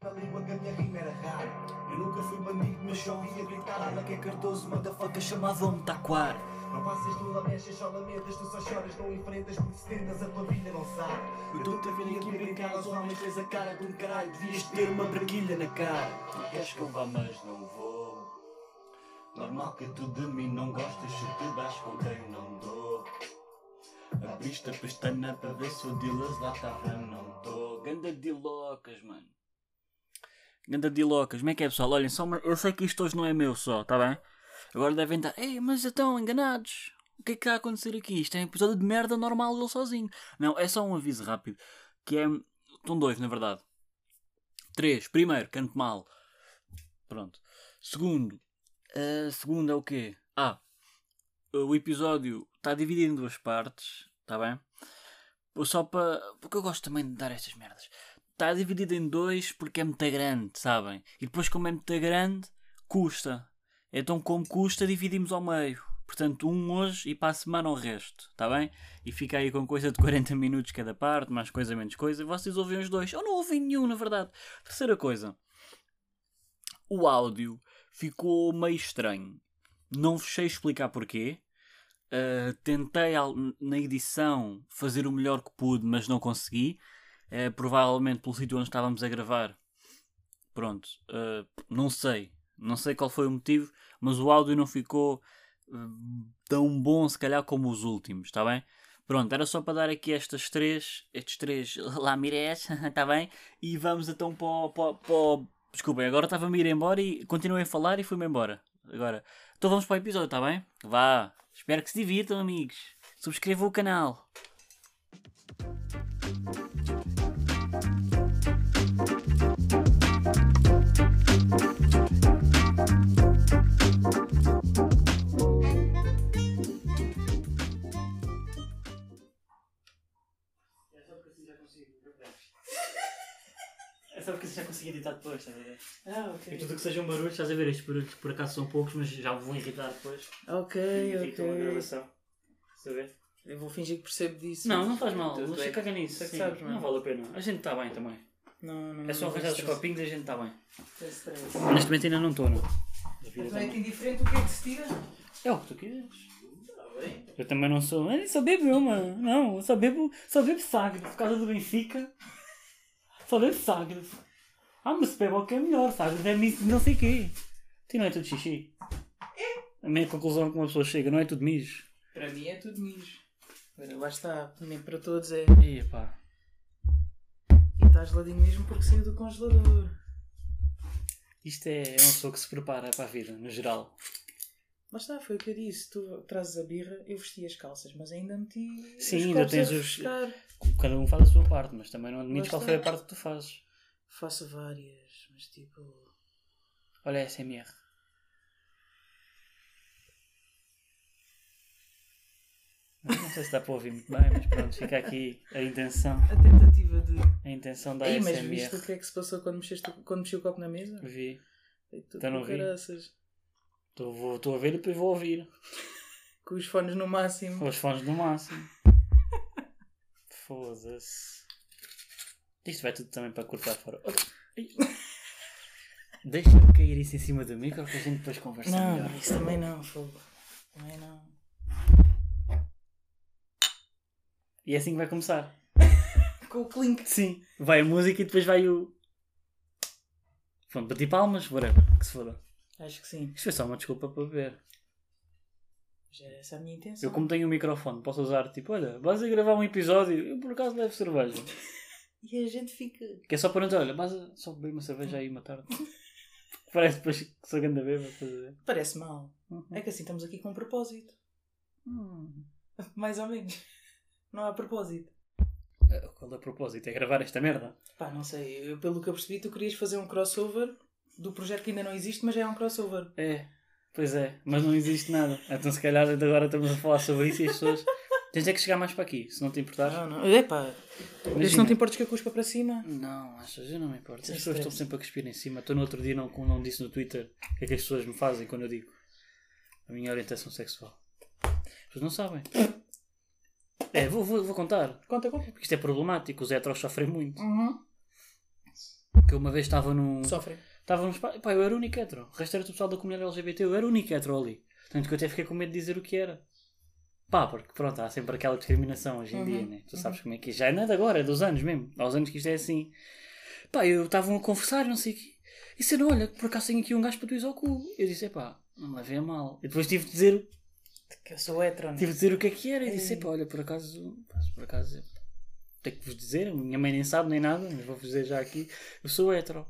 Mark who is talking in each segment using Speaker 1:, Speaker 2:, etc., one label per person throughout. Speaker 1: a minha rima era rara. Eu nunca fui bandido, mas só ouvia gritar Ala que é Cardoso, motherfucker, chamavam-me Taquar Não passas tu lamechas, só lamentas, tu só choras, não enfrentas Porque se tentas a tua vida não sabe Eu estou-te a vir aqui brincar aos homens, tens a cara de um caralho Devias ter uma braguilha na cara Tu queres que eu vá, mas não vou Normal que tu de mim não gostas, se te das com quem não dou Abriste a pestana para ver se o dealers lá estava, não dou Ganda de locas, mano
Speaker 2: Ganda Dilocas, como é que é pessoal? Olhem, só uma- eu sei que isto hoje não é meu só, tá bem? Agora devem estar, ei, mas estão enganados. O que é que está a acontecer aqui? Isto é um episódio de merda normal ele sozinho. Não, é só um aviso rápido. Que é. Estão dois, na verdade. Três. Primeiro, canto mal. Pronto. Segundo. ah, segundo é o quê? Ah. O episódio está dividido em duas partes, tá bem? Só para. Porque eu gosto também de dar estas merdas está dividido em dois porque é muito grande, sabem? E depois, como é muito grande, custa. Então, como custa, dividimos ao meio. Portanto, um hoje e para a semana o resto, está bem? E fica aí com coisa de 40 minutos cada parte, mais coisa, menos coisa. Vocês ouvem os dois, ou não ouvem nenhum, na verdade. Terceira coisa, o áudio ficou meio estranho. Não vos sei explicar porquê. Uh, tentei al- na edição fazer o melhor que pude, mas não consegui. Eh, provavelmente pelo sítio onde estávamos a gravar. Pronto, eh, não sei. Não sei qual foi o motivo, mas o áudio não ficou eh, tão bom, se calhar, como os últimos, está bem? Pronto, era só para dar aqui estas três, estes três lá mirés, está bem? E vamos então para o. Para, o- para... o- Desculpem, agora estava-me a ir embora e continuei a falar e fui-me embora. Agora, então vamos para o episódio, está bem? Vá, espero que se divirtam, amigos. Subscrevam o canal. É só porque você já conseguia editar depois, estás a ver?
Speaker 3: Ah,
Speaker 2: E
Speaker 3: ok.
Speaker 2: tudo o que sejam barulhos, estás a ver? Estes barulhos por acaso são poucos, mas já vou irritar depois.
Speaker 3: Ok,
Speaker 2: Fica uma
Speaker 3: ok.
Speaker 2: gravação. Estás a ver?
Speaker 3: Eu vou fingir que percebo disso.
Speaker 2: Não, não faz mal,
Speaker 3: Tudo
Speaker 2: não
Speaker 3: bem.
Speaker 2: se caga nisso.
Speaker 3: Sei que
Speaker 2: sim.
Speaker 3: sabes,
Speaker 2: não
Speaker 3: mano.
Speaker 2: vale a pena. A gente está bem também.
Speaker 3: Não, não.
Speaker 2: É só
Speaker 3: não
Speaker 2: arranjar os
Speaker 3: stress.
Speaker 2: copinhos e a gente está bem.
Speaker 3: Sem stress.
Speaker 2: Neste momento ainda não estou, não.
Speaker 3: Então é que indiferente o que é que se tira?
Speaker 2: É o que tu quiseres. Eu também não sou. Eu só bebo eu, mano. Não, eu só bebo, só bebo Sagres por causa do Benfica. Só bebo Sagres. Ah, mas se bebo o que é melhor, Sagres é misto de não sei quê. Tu não é tudo xixi. A minha conclusão que uma pessoa chega, não é tudo mijo.
Speaker 3: Para mim é tudo mijo. Agora lá está, também para todos é.
Speaker 2: Ia pá.
Speaker 3: E está geladinho mesmo porque saiu do congelador.
Speaker 2: Isto é uma pessoa que se prepara para a vida, no geral.
Speaker 3: Mas está, foi o que eu disse. Tu trazes a birra, eu vesti as calças, mas ainda meti.
Speaker 2: Sim,
Speaker 3: os
Speaker 2: ainda
Speaker 3: copos a
Speaker 2: tens os-
Speaker 3: refrescar.
Speaker 2: Cada um faz a sua parte, mas também não admites
Speaker 3: Lá
Speaker 2: qual
Speaker 3: está.
Speaker 2: foi a parte que tu fazes.
Speaker 3: Faço várias, mas tipo.
Speaker 2: Olha a SMR. Não sei se dá para ouvir muito bem, mas pronto, fica aqui a intenção.
Speaker 3: A tentativa de.
Speaker 2: A intenção da
Speaker 3: Ei, mas
Speaker 2: SMR.
Speaker 3: viste o que é que se passou quando, mexeste, quando mexi o copo na mesa?
Speaker 2: Vi.
Speaker 3: Foi tudo
Speaker 2: Então não
Speaker 3: com
Speaker 2: vi.
Speaker 3: caraças.
Speaker 2: Estou vou- estou a ver e depois vou ouvir.
Speaker 3: Com os fones no máximo.
Speaker 2: Com os fones no máximo. Foda-se. Isto vai tudo também para cortar fora. Olha. Ai. Deixa-me cair isso em cima do micro que a gente depois conversa
Speaker 3: Não,
Speaker 2: é melhor.
Speaker 3: isso também não, fogo. Também não.
Speaker 2: E é assim que vai começar.
Speaker 3: Com o clink.
Speaker 2: Sim. Vai a música e depois vai o. Pronto, bati palmas, whatever. Que se foda.
Speaker 3: Acho que sim.
Speaker 2: Isto foi só uma desculpa para beber.
Speaker 3: Mas era essa a minha intenção.
Speaker 2: Eu, como tenho um microfone, posso usar tipo: olha, vais a gravar um episódio. Eu por acaso levo cerveja.
Speaker 3: E a gente fica.
Speaker 2: Que é só para não dizer, olha, mas eh, só beber uma cerveja aí uma tarde. Parece depois que sou grande a beber, estás a ver?
Speaker 3: Parece mal.
Speaker 2: Uhum.
Speaker 3: É que assim estamos aqui com um propósito.
Speaker 2: Hum.
Speaker 3: Mais ou menos. Não há propósito.
Speaker 2: Eh, Qual é o propósito? É gravar esta merda?
Speaker 3: Pá, não sei. Eu, pelo que eu percebi, tu querias fazer um crossover do projeto que ainda não existe, mas já é um crossover.
Speaker 2: É, pois é, mas não existe nada. Então se calhar ainda agora estamos a falar sobre isso e as pessoas. Tens é que chegar mais para aqui, se Ah, não te importares.
Speaker 3: Não, não. Epá, Ah. É, se não te importas que eu cuspa para cima.
Speaker 2: Não, achas? Eu não me importo.
Speaker 3: Sem
Speaker 2: As pessoas
Speaker 3: stress.
Speaker 2: estão sempre a cuspir em cima. Estou no outro dia, não, como não disse no Twitter, o que é que as pessoas me fazem quando eu digo a minha orientação sexual. As pessoas não sabem. É, vou, vou, vou contar.
Speaker 3: Conta, conta.
Speaker 2: Porque isto é problemático, os heteros sofrem muito.
Speaker 3: Uhum.
Speaker 2: Que eu uma vez estava num.
Speaker 3: Sofrem.
Speaker 2: Estávamos. Pá, pá, eu era o único hetero. O resto era do pessoal da comunidade LGBT. Eu era o único hetero ali. Tanto que eu até fiquei com medo de dizer o que era. Pá, porque pronto, há sempre aquela discriminação hoje em
Speaker 3: Uhum,
Speaker 2: dia, né? Tu sabes como é que é. Já não é de agora, é dos anos mesmo. Há uns anos que isto é assim. Pá, eu estavam a conversar, não sei o quê. E disseram, olha, por acaso tem aqui um gajo para tu ir ao cu. Eu disse, epá, não levei a mal. E depois tive de dizer
Speaker 3: Que eu sou hétero.
Speaker 2: Tive de dizer o que é que era e disse: "Epá, olha, por acaso, pá, por acaso, eu tenho que vos dizer, a minha mãe nem sabe nem nada, mas vou-vos dizer já aqui: eu sou hétero.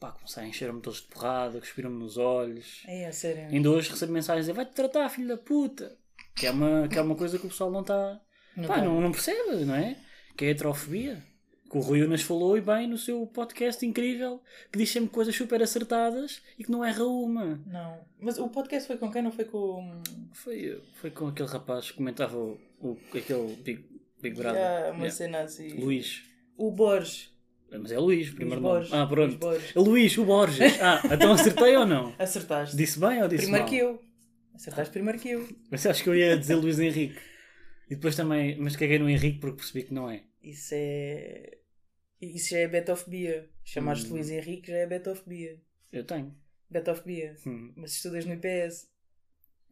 Speaker 2: Pá, começaram a encher-me todos de porrada, cuspiram-me nos olhos.
Speaker 3: É, é sério.
Speaker 2: Ainda hoje recebo mensagens a dizer: vai-te tratar, filho da puta. Que é uma, que é uma coisa que o pessoal não está.
Speaker 3: Não
Speaker 2: Pá,
Speaker 3: tá.
Speaker 2: não, não percebe, não é? Que é a heterofobia. Que o Rui Unas falou e bem no seu podcast incrível, que diz sempre coisas super acertadas e que não erra uma.
Speaker 3: Não. Mas o podcast foi com quem? Não foi com.
Speaker 2: Foi, foi com aquele rapaz que comentava o, o- aquele Big, Big Brother.
Speaker 3: Ah, uma
Speaker 2: Yeah.
Speaker 3: cena assim.
Speaker 2: Luís.
Speaker 3: O Borges.
Speaker 2: Mas é Luís, primeiro nome.
Speaker 3: Borges.
Speaker 2: Ah,
Speaker 3: Luís
Speaker 2: pronto.
Speaker 3: Borges.
Speaker 2: É Luís, o Borges. Ah, então acertei ou não?
Speaker 3: Acertaste.
Speaker 2: Disse bem ou disse
Speaker 3: primeiro
Speaker 2: mal?
Speaker 3: que eu. Acertaste primeiro que eu.
Speaker 2: Mas acho que eu ia dizer Luís Henrique. E depois também, mas caguei no Henrique porque percebi que não é.
Speaker 3: Isso é. Isso já é betofobia. Chamaste
Speaker 2: Hum.
Speaker 3: Luís Henrique já é betofobia.
Speaker 2: Eu tenho.
Speaker 3: Betofobia.
Speaker 2: Hum,
Speaker 3: Mas estudas no IPS.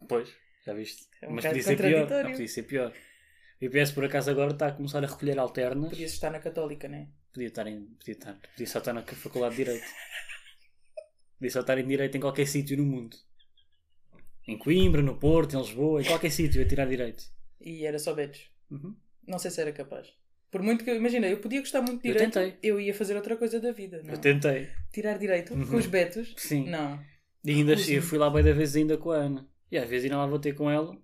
Speaker 2: Pois, já viste.
Speaker 3: É um
Speaker 2: mas
Speaker 3: bocado
Speaker 2: podia ser pior. Ah,
Speaker 3: contraditório.
Speaker 2: podia ser pior. O IPS por acaso agora está a começar a recolher alternas. Podia,
Speaker 3: Podias estar na Católica, não é?
Speaker 2: estar em. Podia estar. Podia só estar na faculdade de Direito. podia só estar em Direito em qualquer sítio no mundo. Em Coimbra, no Porto, em Lisboa, em qualquer sítio a tirar Direito.
Speaker 3: E era só betos.
Speaker 2: Uhum.
Speaker 3: Não sei se era capaz. Por muito que eu. Imagina, eu podia gostar muito de
Speaker 2: Eu
Speaker 3: direito.
Speaker 2: tentei.
Speaker 3: Eu ia fazer outra coisa da vida. Não. é?
Speaker 2: Eu tentei.
Speaker 3: Tirar direito
Speaker 2: Uhum.
Speaker 3: com os betos.
Speaker 2: Sim.
Speaker 3: Não.
Speaker 2: E ainda
Speaker 3: Sim.
Speaker 2: eu fui lá bem da vez ainda com a Ana. E às vezes ainda lá vou ter com ela.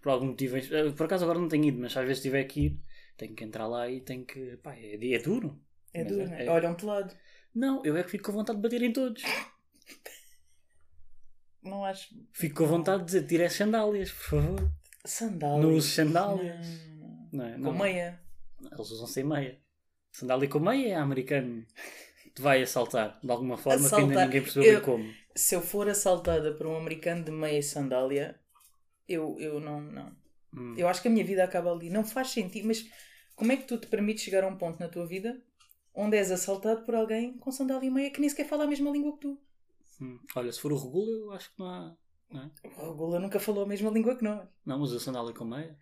Speaker 2: Por algum motivo. em- eh, Por acaso agora não tenho ido, mas às vezes tiver que ir, tenho que entrar lá e tenho que. Pá, é, é duro.
Speaker 3: É
Speaker 2: Mas
Speaker 3: duro,
Speaker 2: é-
Speaker 3: não é?
Speaker 2: é-
Speaker 3: Olham-te lado.
Speaker 2: Não, eu é que fico com vontade de bater em todos.
Speaker 3: Não acho.
Speaker 2: Fico com vontade de dizer, tira as sandálias, por favor.
Speaker 3: Sandálias.
Speaker 2: Não uses sandálias.
Speaker 3: Não.
Speaker 2: Não é?
Speaker 3: Com
Speaker 2: Não.
Speaker 3: meia.
Speaker 2: Eles usam sem meia. Sandália com meia é americano. Te vai assaltar, de alguma forma, que ainda
Speaker 3: Assaltar.
Speaker 2: ninguém percebeu
Speaker 3: Eu-
Speaker 2: bem como.
Speaker 3: Se eu for assaltada por um americano de meia e sandália, eu, eu não, não.
Speaker 2: Hum.
Speaker 3: Eu acho que a minha vida acaba ali. Não faz sentido, mas como é que tu te permites chegar a um ponto na tua vida onde és assaltado por alguém com sandália e meia que nem sequer fala a mesma língua que tu?
Speaker 2: Hum. Olha, se for o regula, eu acho que não há.
Speaker 3: O Gula nunca falou a mesma língua que nós.
Speaker 2: Não, mas usa sandália com meia.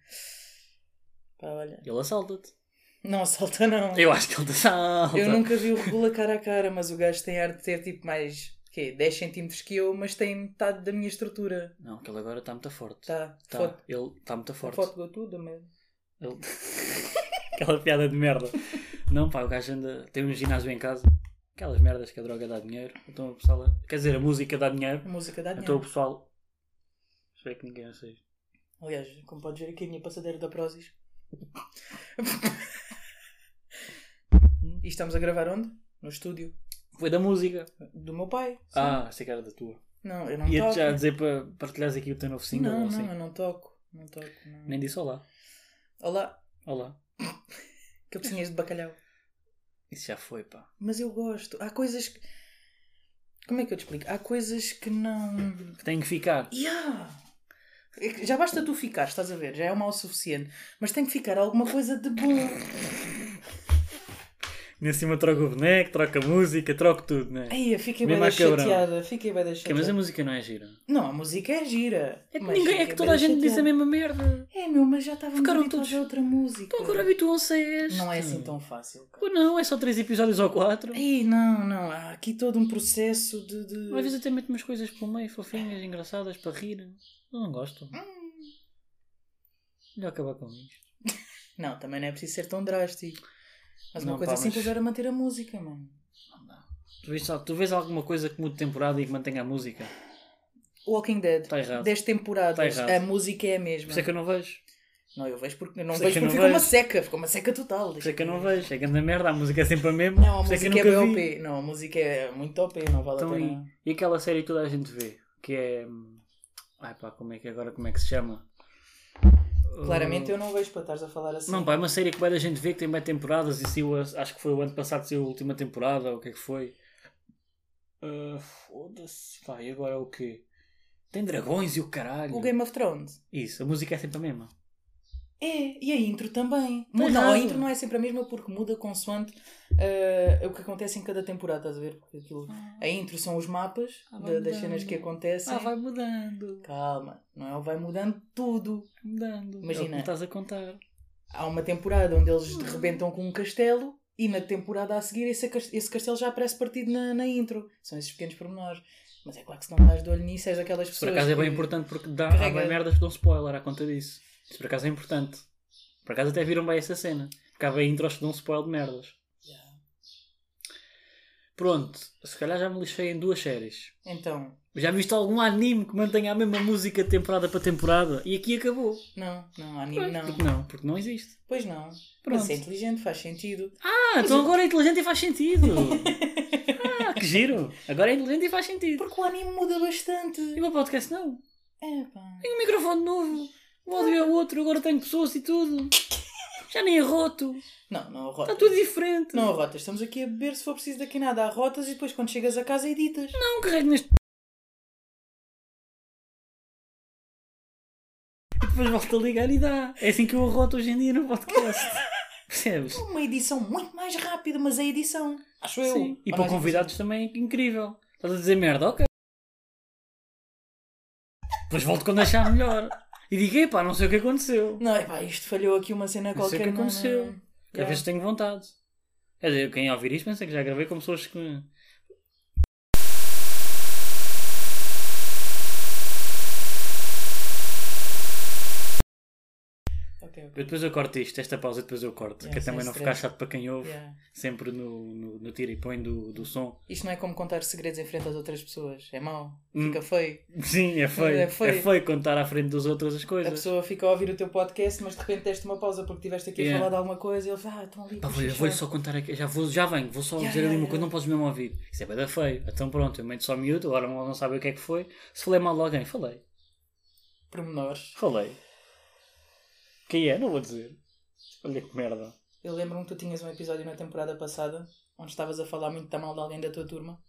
Speaker 3: Pá, olha.
Speaker 2: Ele assalta-te.
Speaker 3: Não assalta, não.
Speaker 2: Eu acho que ele te assalta.
Speaker 3: Eu nunca vi o Regula cara a cara, mas o gajo tem ar de ter tipo mais quê? 10 centímetros que eu, mas tem metade da minha estrutura.
Speaker 2: Não, aquele agora está muito forte.
Speaker 3: Tá,
Speaker 2: Tá,
Speaker 3: foto,
Speaker 2: Ele está muito forte.
Speaker 3: foto gotuda, mas.
Speaker 2: Ele- Aquela piada de merda. Não, pá, o gajo anda. Tem um ginásio em casa. Aquelas merdas que a droga dá dinheiro. Então o pessoal. Quer dizer, a música dá dinheiro.
Speaker 3: A música dá
Speaker 2: Então o
Speaker 3: dinheiro.
Speaker 2: pessoal. Espero que ninguém não seja.
Speaker 3: Aliás, como podes ver aqui, a minha passadeira da Prozis. e estamos a gravar onde? No estúdio.
Speaker 2: Foi da música.
Speaker 3: Do meu pai. sim.
Speaker 2: Ah, sei que era da tua.
Speaker 3: Não, eu não
Speaker 2: Ia-te
Speaker 3: toco.
Speaker 2: já dizer para partilhares aqui o teu novo single
Speaker 3: não,
Speaker 2: ou
Speaker 3: não,
Speaker 2: assim.
Speaker 3: eu não toco. Não toco. Não.
Speaker 2: Nem disse olá.
Speaker 3: Olá,
Speaker 2: Olá.
Speaker 3: cabecinhas de bacalhau.
Speaker 2: Isso já foi, pá.
Speaker 3: Mas eu gosto. Há coisas que. Como é que eu te explico? Há coisas que não.
Speaker 2: Tem que ficar.
Speaker 3: Yeah. É que Já basta tu ficar, estás a ver? Já é mal o suficiente. Mas tem que ficar alguma coisa de bom.
Speaker 2: Em cima troca o boneco, troca a música, troca tudo, né?
Speaker 3: Aí, eu fiquei bem
Speaker 2: Mesmo à cabrão.
Speaker 3: chateada. Fiquei bem
Speaker 2: Que, mas a
Speaker 3: chateada.
Speaker 2: música não é gira.
Speaker 3: Não, a música é gira.
Speaker 2: É que,
Speaker 3: Mas
Speaker 2: ninguém, é
Speaker 3: fiquei
Speaker 2: que toda a
Speaker 3: bué da
Speaker 2: gente diz a
Speaker 3: chateada.
Speaker 2: mesma merda.
Speaker 3: É, meu, mas já estava
Speaker 2: Ficaram
Speaker 3: muito
Speaker 2: todos-
Speaker 3: todos... a outra música.
Speaker 2: Então agora habituam-se a este.
Speaker 3: Não é assim tão fácil. cara.
Speaker 2: Ou não, é só três episódios ou quatro.
Speaker 3: Ei, não, não. Há aqui todo um processo de. de-
Speaker 2: Às vezes até meto umas coisas pelo meio, fofinhas, engraçadas, para rir. Eu não gosto. Melhor acabar com isto.
Speaker 3: Não, também não é preciso ser tão drástico. Mas uma
Speaker 2: Não,
Speaker 3: coisa
Speaker 2: pá,
Speaker 3: simples
Speaker 2: mas-
Speaker 3: era manter a música, mano.
Speaker 2: Não dá. Tu vês, tu vês alguma coisa que mude de temporada e que mantenha a música?
Speaker 3: Walking Dead,
Speaker 2: Tá errado.
Speaker 3: 10 temporadas,
Speaker 2: Tá
Speaker 3: a
Speaker 2: errado.
Speaker 3: música é a mesma.
Speaker 2: Por isso é que eu não vejo.
Speaker 3: Não, eu vejo porque
Speaker 2: Por
Speaker 3: não
Speaker 2: isso é
Speaker 3: vejo
Speaker 2: que eu
Speaker 3: porque
Speaker 2: não
Speaker 3: ficou uma
Speaker 2: vejo.
Speaker 3: seca, ficou uma seca total.
Speaker 2: Por isso é que eu não vejo. É que anda merda, a música é sempre a mesma.
Speaker 3: Não, a
Speaker 2: Por isso
Speaker 3: música
Speaker 2: que
Speaker 3: é
Speaker 2: eu nunca
Speaker 3: bem
Speaker 2: vi.
Speaker 3: OP. Não, a música é muito OP, não vale
Speaker 2: Então,
Speaker 3: a
Speaker 2: e,
Speaker 3: pena.
Speaker 2: e aquela série que toda a gente vê, que é. hum, Ai pá, como é que agora como é que se chama?
Speaker 3: Claramente eu não vejo para estares a falar assim.
Speaker 2: Não, pá, é uma série que vai da gente ver que tem bem temporadas e saiu, a- acho que foi o ano passado, saiu a última temporada, ou o que é que foi? Ah, Foda-se, pá, e agora é o quê? Tem dragões e o caralho.
Speaker 3: O Game of Thrones.
Speaker 2: Isso, a música é sempre a mesma.
Speaker 3: É, e a intro também.
Speaker 2: Tem
Speaker 3: Muda, não, a
Speaker 2: razão.
Speaker 3: intro não é sempre a mesma porque muda consoante eh, o que acontece em cada temporada, estás a ver? Porque aquilo, a intro são os mapas
Speaker 2: Ah,
Speaker 3: da-
Speaker 2: vai
Speaker 3: das cenas
Speaker 2: mudando.
Speaker 3: que acontecem.
Speaker 2: Ah, vai mudando.
Speaker 3: Calma, não é? Vai mudando tudo.
Speaker 2: Mudando. É
Speaker 3: Imagina.
Speaker 2: o que Hum. me estás a contar.
Speaker 3: Há uma temporada onde eles de rebentam com um castelo e na temporada a seguir esse, cas- esse castelo já aparece partido na, na intro. São esses pequenos pormenores. Mas é claro que se não estás de olho nisso, és daquelas
Speaker 2: Isso por
Speaker 3: pessoas.
Speaker 2: acaso é bem
Speaker 3: que-
Speaker 2: importante porque dá, há
Speaker 3: carrega-
Speaker 2: bem merdas que dão spoiler à conta disso. Isso por acaso é importante. Por acaso até viram bem essa cena. Porque há bem intros que dão spoiler de merdas.
Speaker 3: Yeah.
Speaker 2: Pronto, se calhar já me lixei em duas séries.
Speaker 3: Então,
Speaker 2: Já viste algum anime que mantenha a mesma música de temporada para temporada? E aqui acabou.
Speaker 3: não, não, há anime
Speaker 2: Pois,
Speaker 3: não.
Speaker 2: Porque não, porque não existe.
Speaker 3: Pois não.
Speaker 2: Pronto.
Speaker 3: Mas é inteligente, faz sentido.
Speaker 2: Ah, então agora é inteligente e faz sentido. ah, que giro. Agora é inteligente e faz sentido.
Speaker 3: Porque o anime muda bastante.
Speaker 2: E o meu podcast não.
Speaker 3: É pá.
Speaker 2: Tenho um microfone novo. O áudio é outro. Agora tenho pessoas e tudo. Já nem é roto.
Speaker 3: Não, não há
Speaker 2: Está
Speaker 3: rotas.
Speaker 2: Tá tudo diferente.
Speaker 3: Não há rotas. Estamos aqui a beber se for preciso daqui nada. Há rotas e depois quando chegas a casa editas.
Speaker 2: Não carrego neste. E depois volto a ligar e dá. É assim que eu arroto hoje em dia no podcast. Percebes?
Speaker 3: Uma edição muito mais rápida, mas é edição. Acho eu.
Speaker 2: Sim. E
Speaker 3: Mas
Speaker 2: para
Speaker 3: nós-
Speaker 2: convidados também é incrível. Estás a dizer merda, ok. Depois volto quando achar melhor. E digo, epá, não sei o que aconteceu.
Speaker 3: Não, é pá, isto falhou aqui uma cena
Speaker 2: Não sei
Speaker 3: qualquer.
Speaker 2: o que aconteceu.
Speaker 3: não, é? não.
Speaker 2: Às vezes tenho vontade. Quer dizer, quem ouvir isto pensa que já gravei com pessoas que. me-
Speaker 3: Ok, ok.
Speaker 2: Eu depois eu corto isto, esta pausa depois eu corto.
Speaker 3: Yeah,
Speaker 2: que é
Speaker 3: sem
Speaker 2: também não ficar
Speaker 3: stress.
Speaker 2: chato para quem ouve.
Speaker 3: Yeah.
Speaker 2: Sempre no, no, no tira e põe do, do som.
Speaker 3: Isto não é como contar segredos em frente às outras pessoas. É mau.
Speaker 2: Hum.
Speaker 3: Fica feio.
Speaker 2: Sim, é feio.
Speaker 3: É
Speaker 2: É
Speaker 3: feio.
Speaker 2: feio, contar à frente dos outros as
Speaker 3: A
Speaker 2: coisas.
Speaker 3: pessoa fica a ouvir o teu podcast, mas de repente deste uma pausa porque estiveste aqui a
Speaker 2: Yeah.
Speaker 3: falar de alguma coisa e ele fala, ah, estão ali.
Speaker 2: Pá,
Speaker 3: puxa,
Speaker 2: vou-lhe
Speaker 3: puxa.
Speaker 2: vou-lhe só contar aqui, já, vou, já venho, vou só
Speaker 3: Ya,
Speaker 2: dizer
Speaker 3: ya,
Speaker 2: ali uma
Speaker 3: ya.
Speaker 2: coisa, não podes mesmo ouvir. Isso é bem feio. Então pronto, eu meto só miúdo, agora não não sabe o que é que foi. Se falei mal de alguém, falei.
Speaker 3: Pormenores.
Speaker 2: Falei. Quem é? Não vou dizer. Olha que merda.
Speaker 3: Eu lembro-me que tu tinhas um episódio na temporada passada onde estavas a falar muito da mal de alguém da tua turma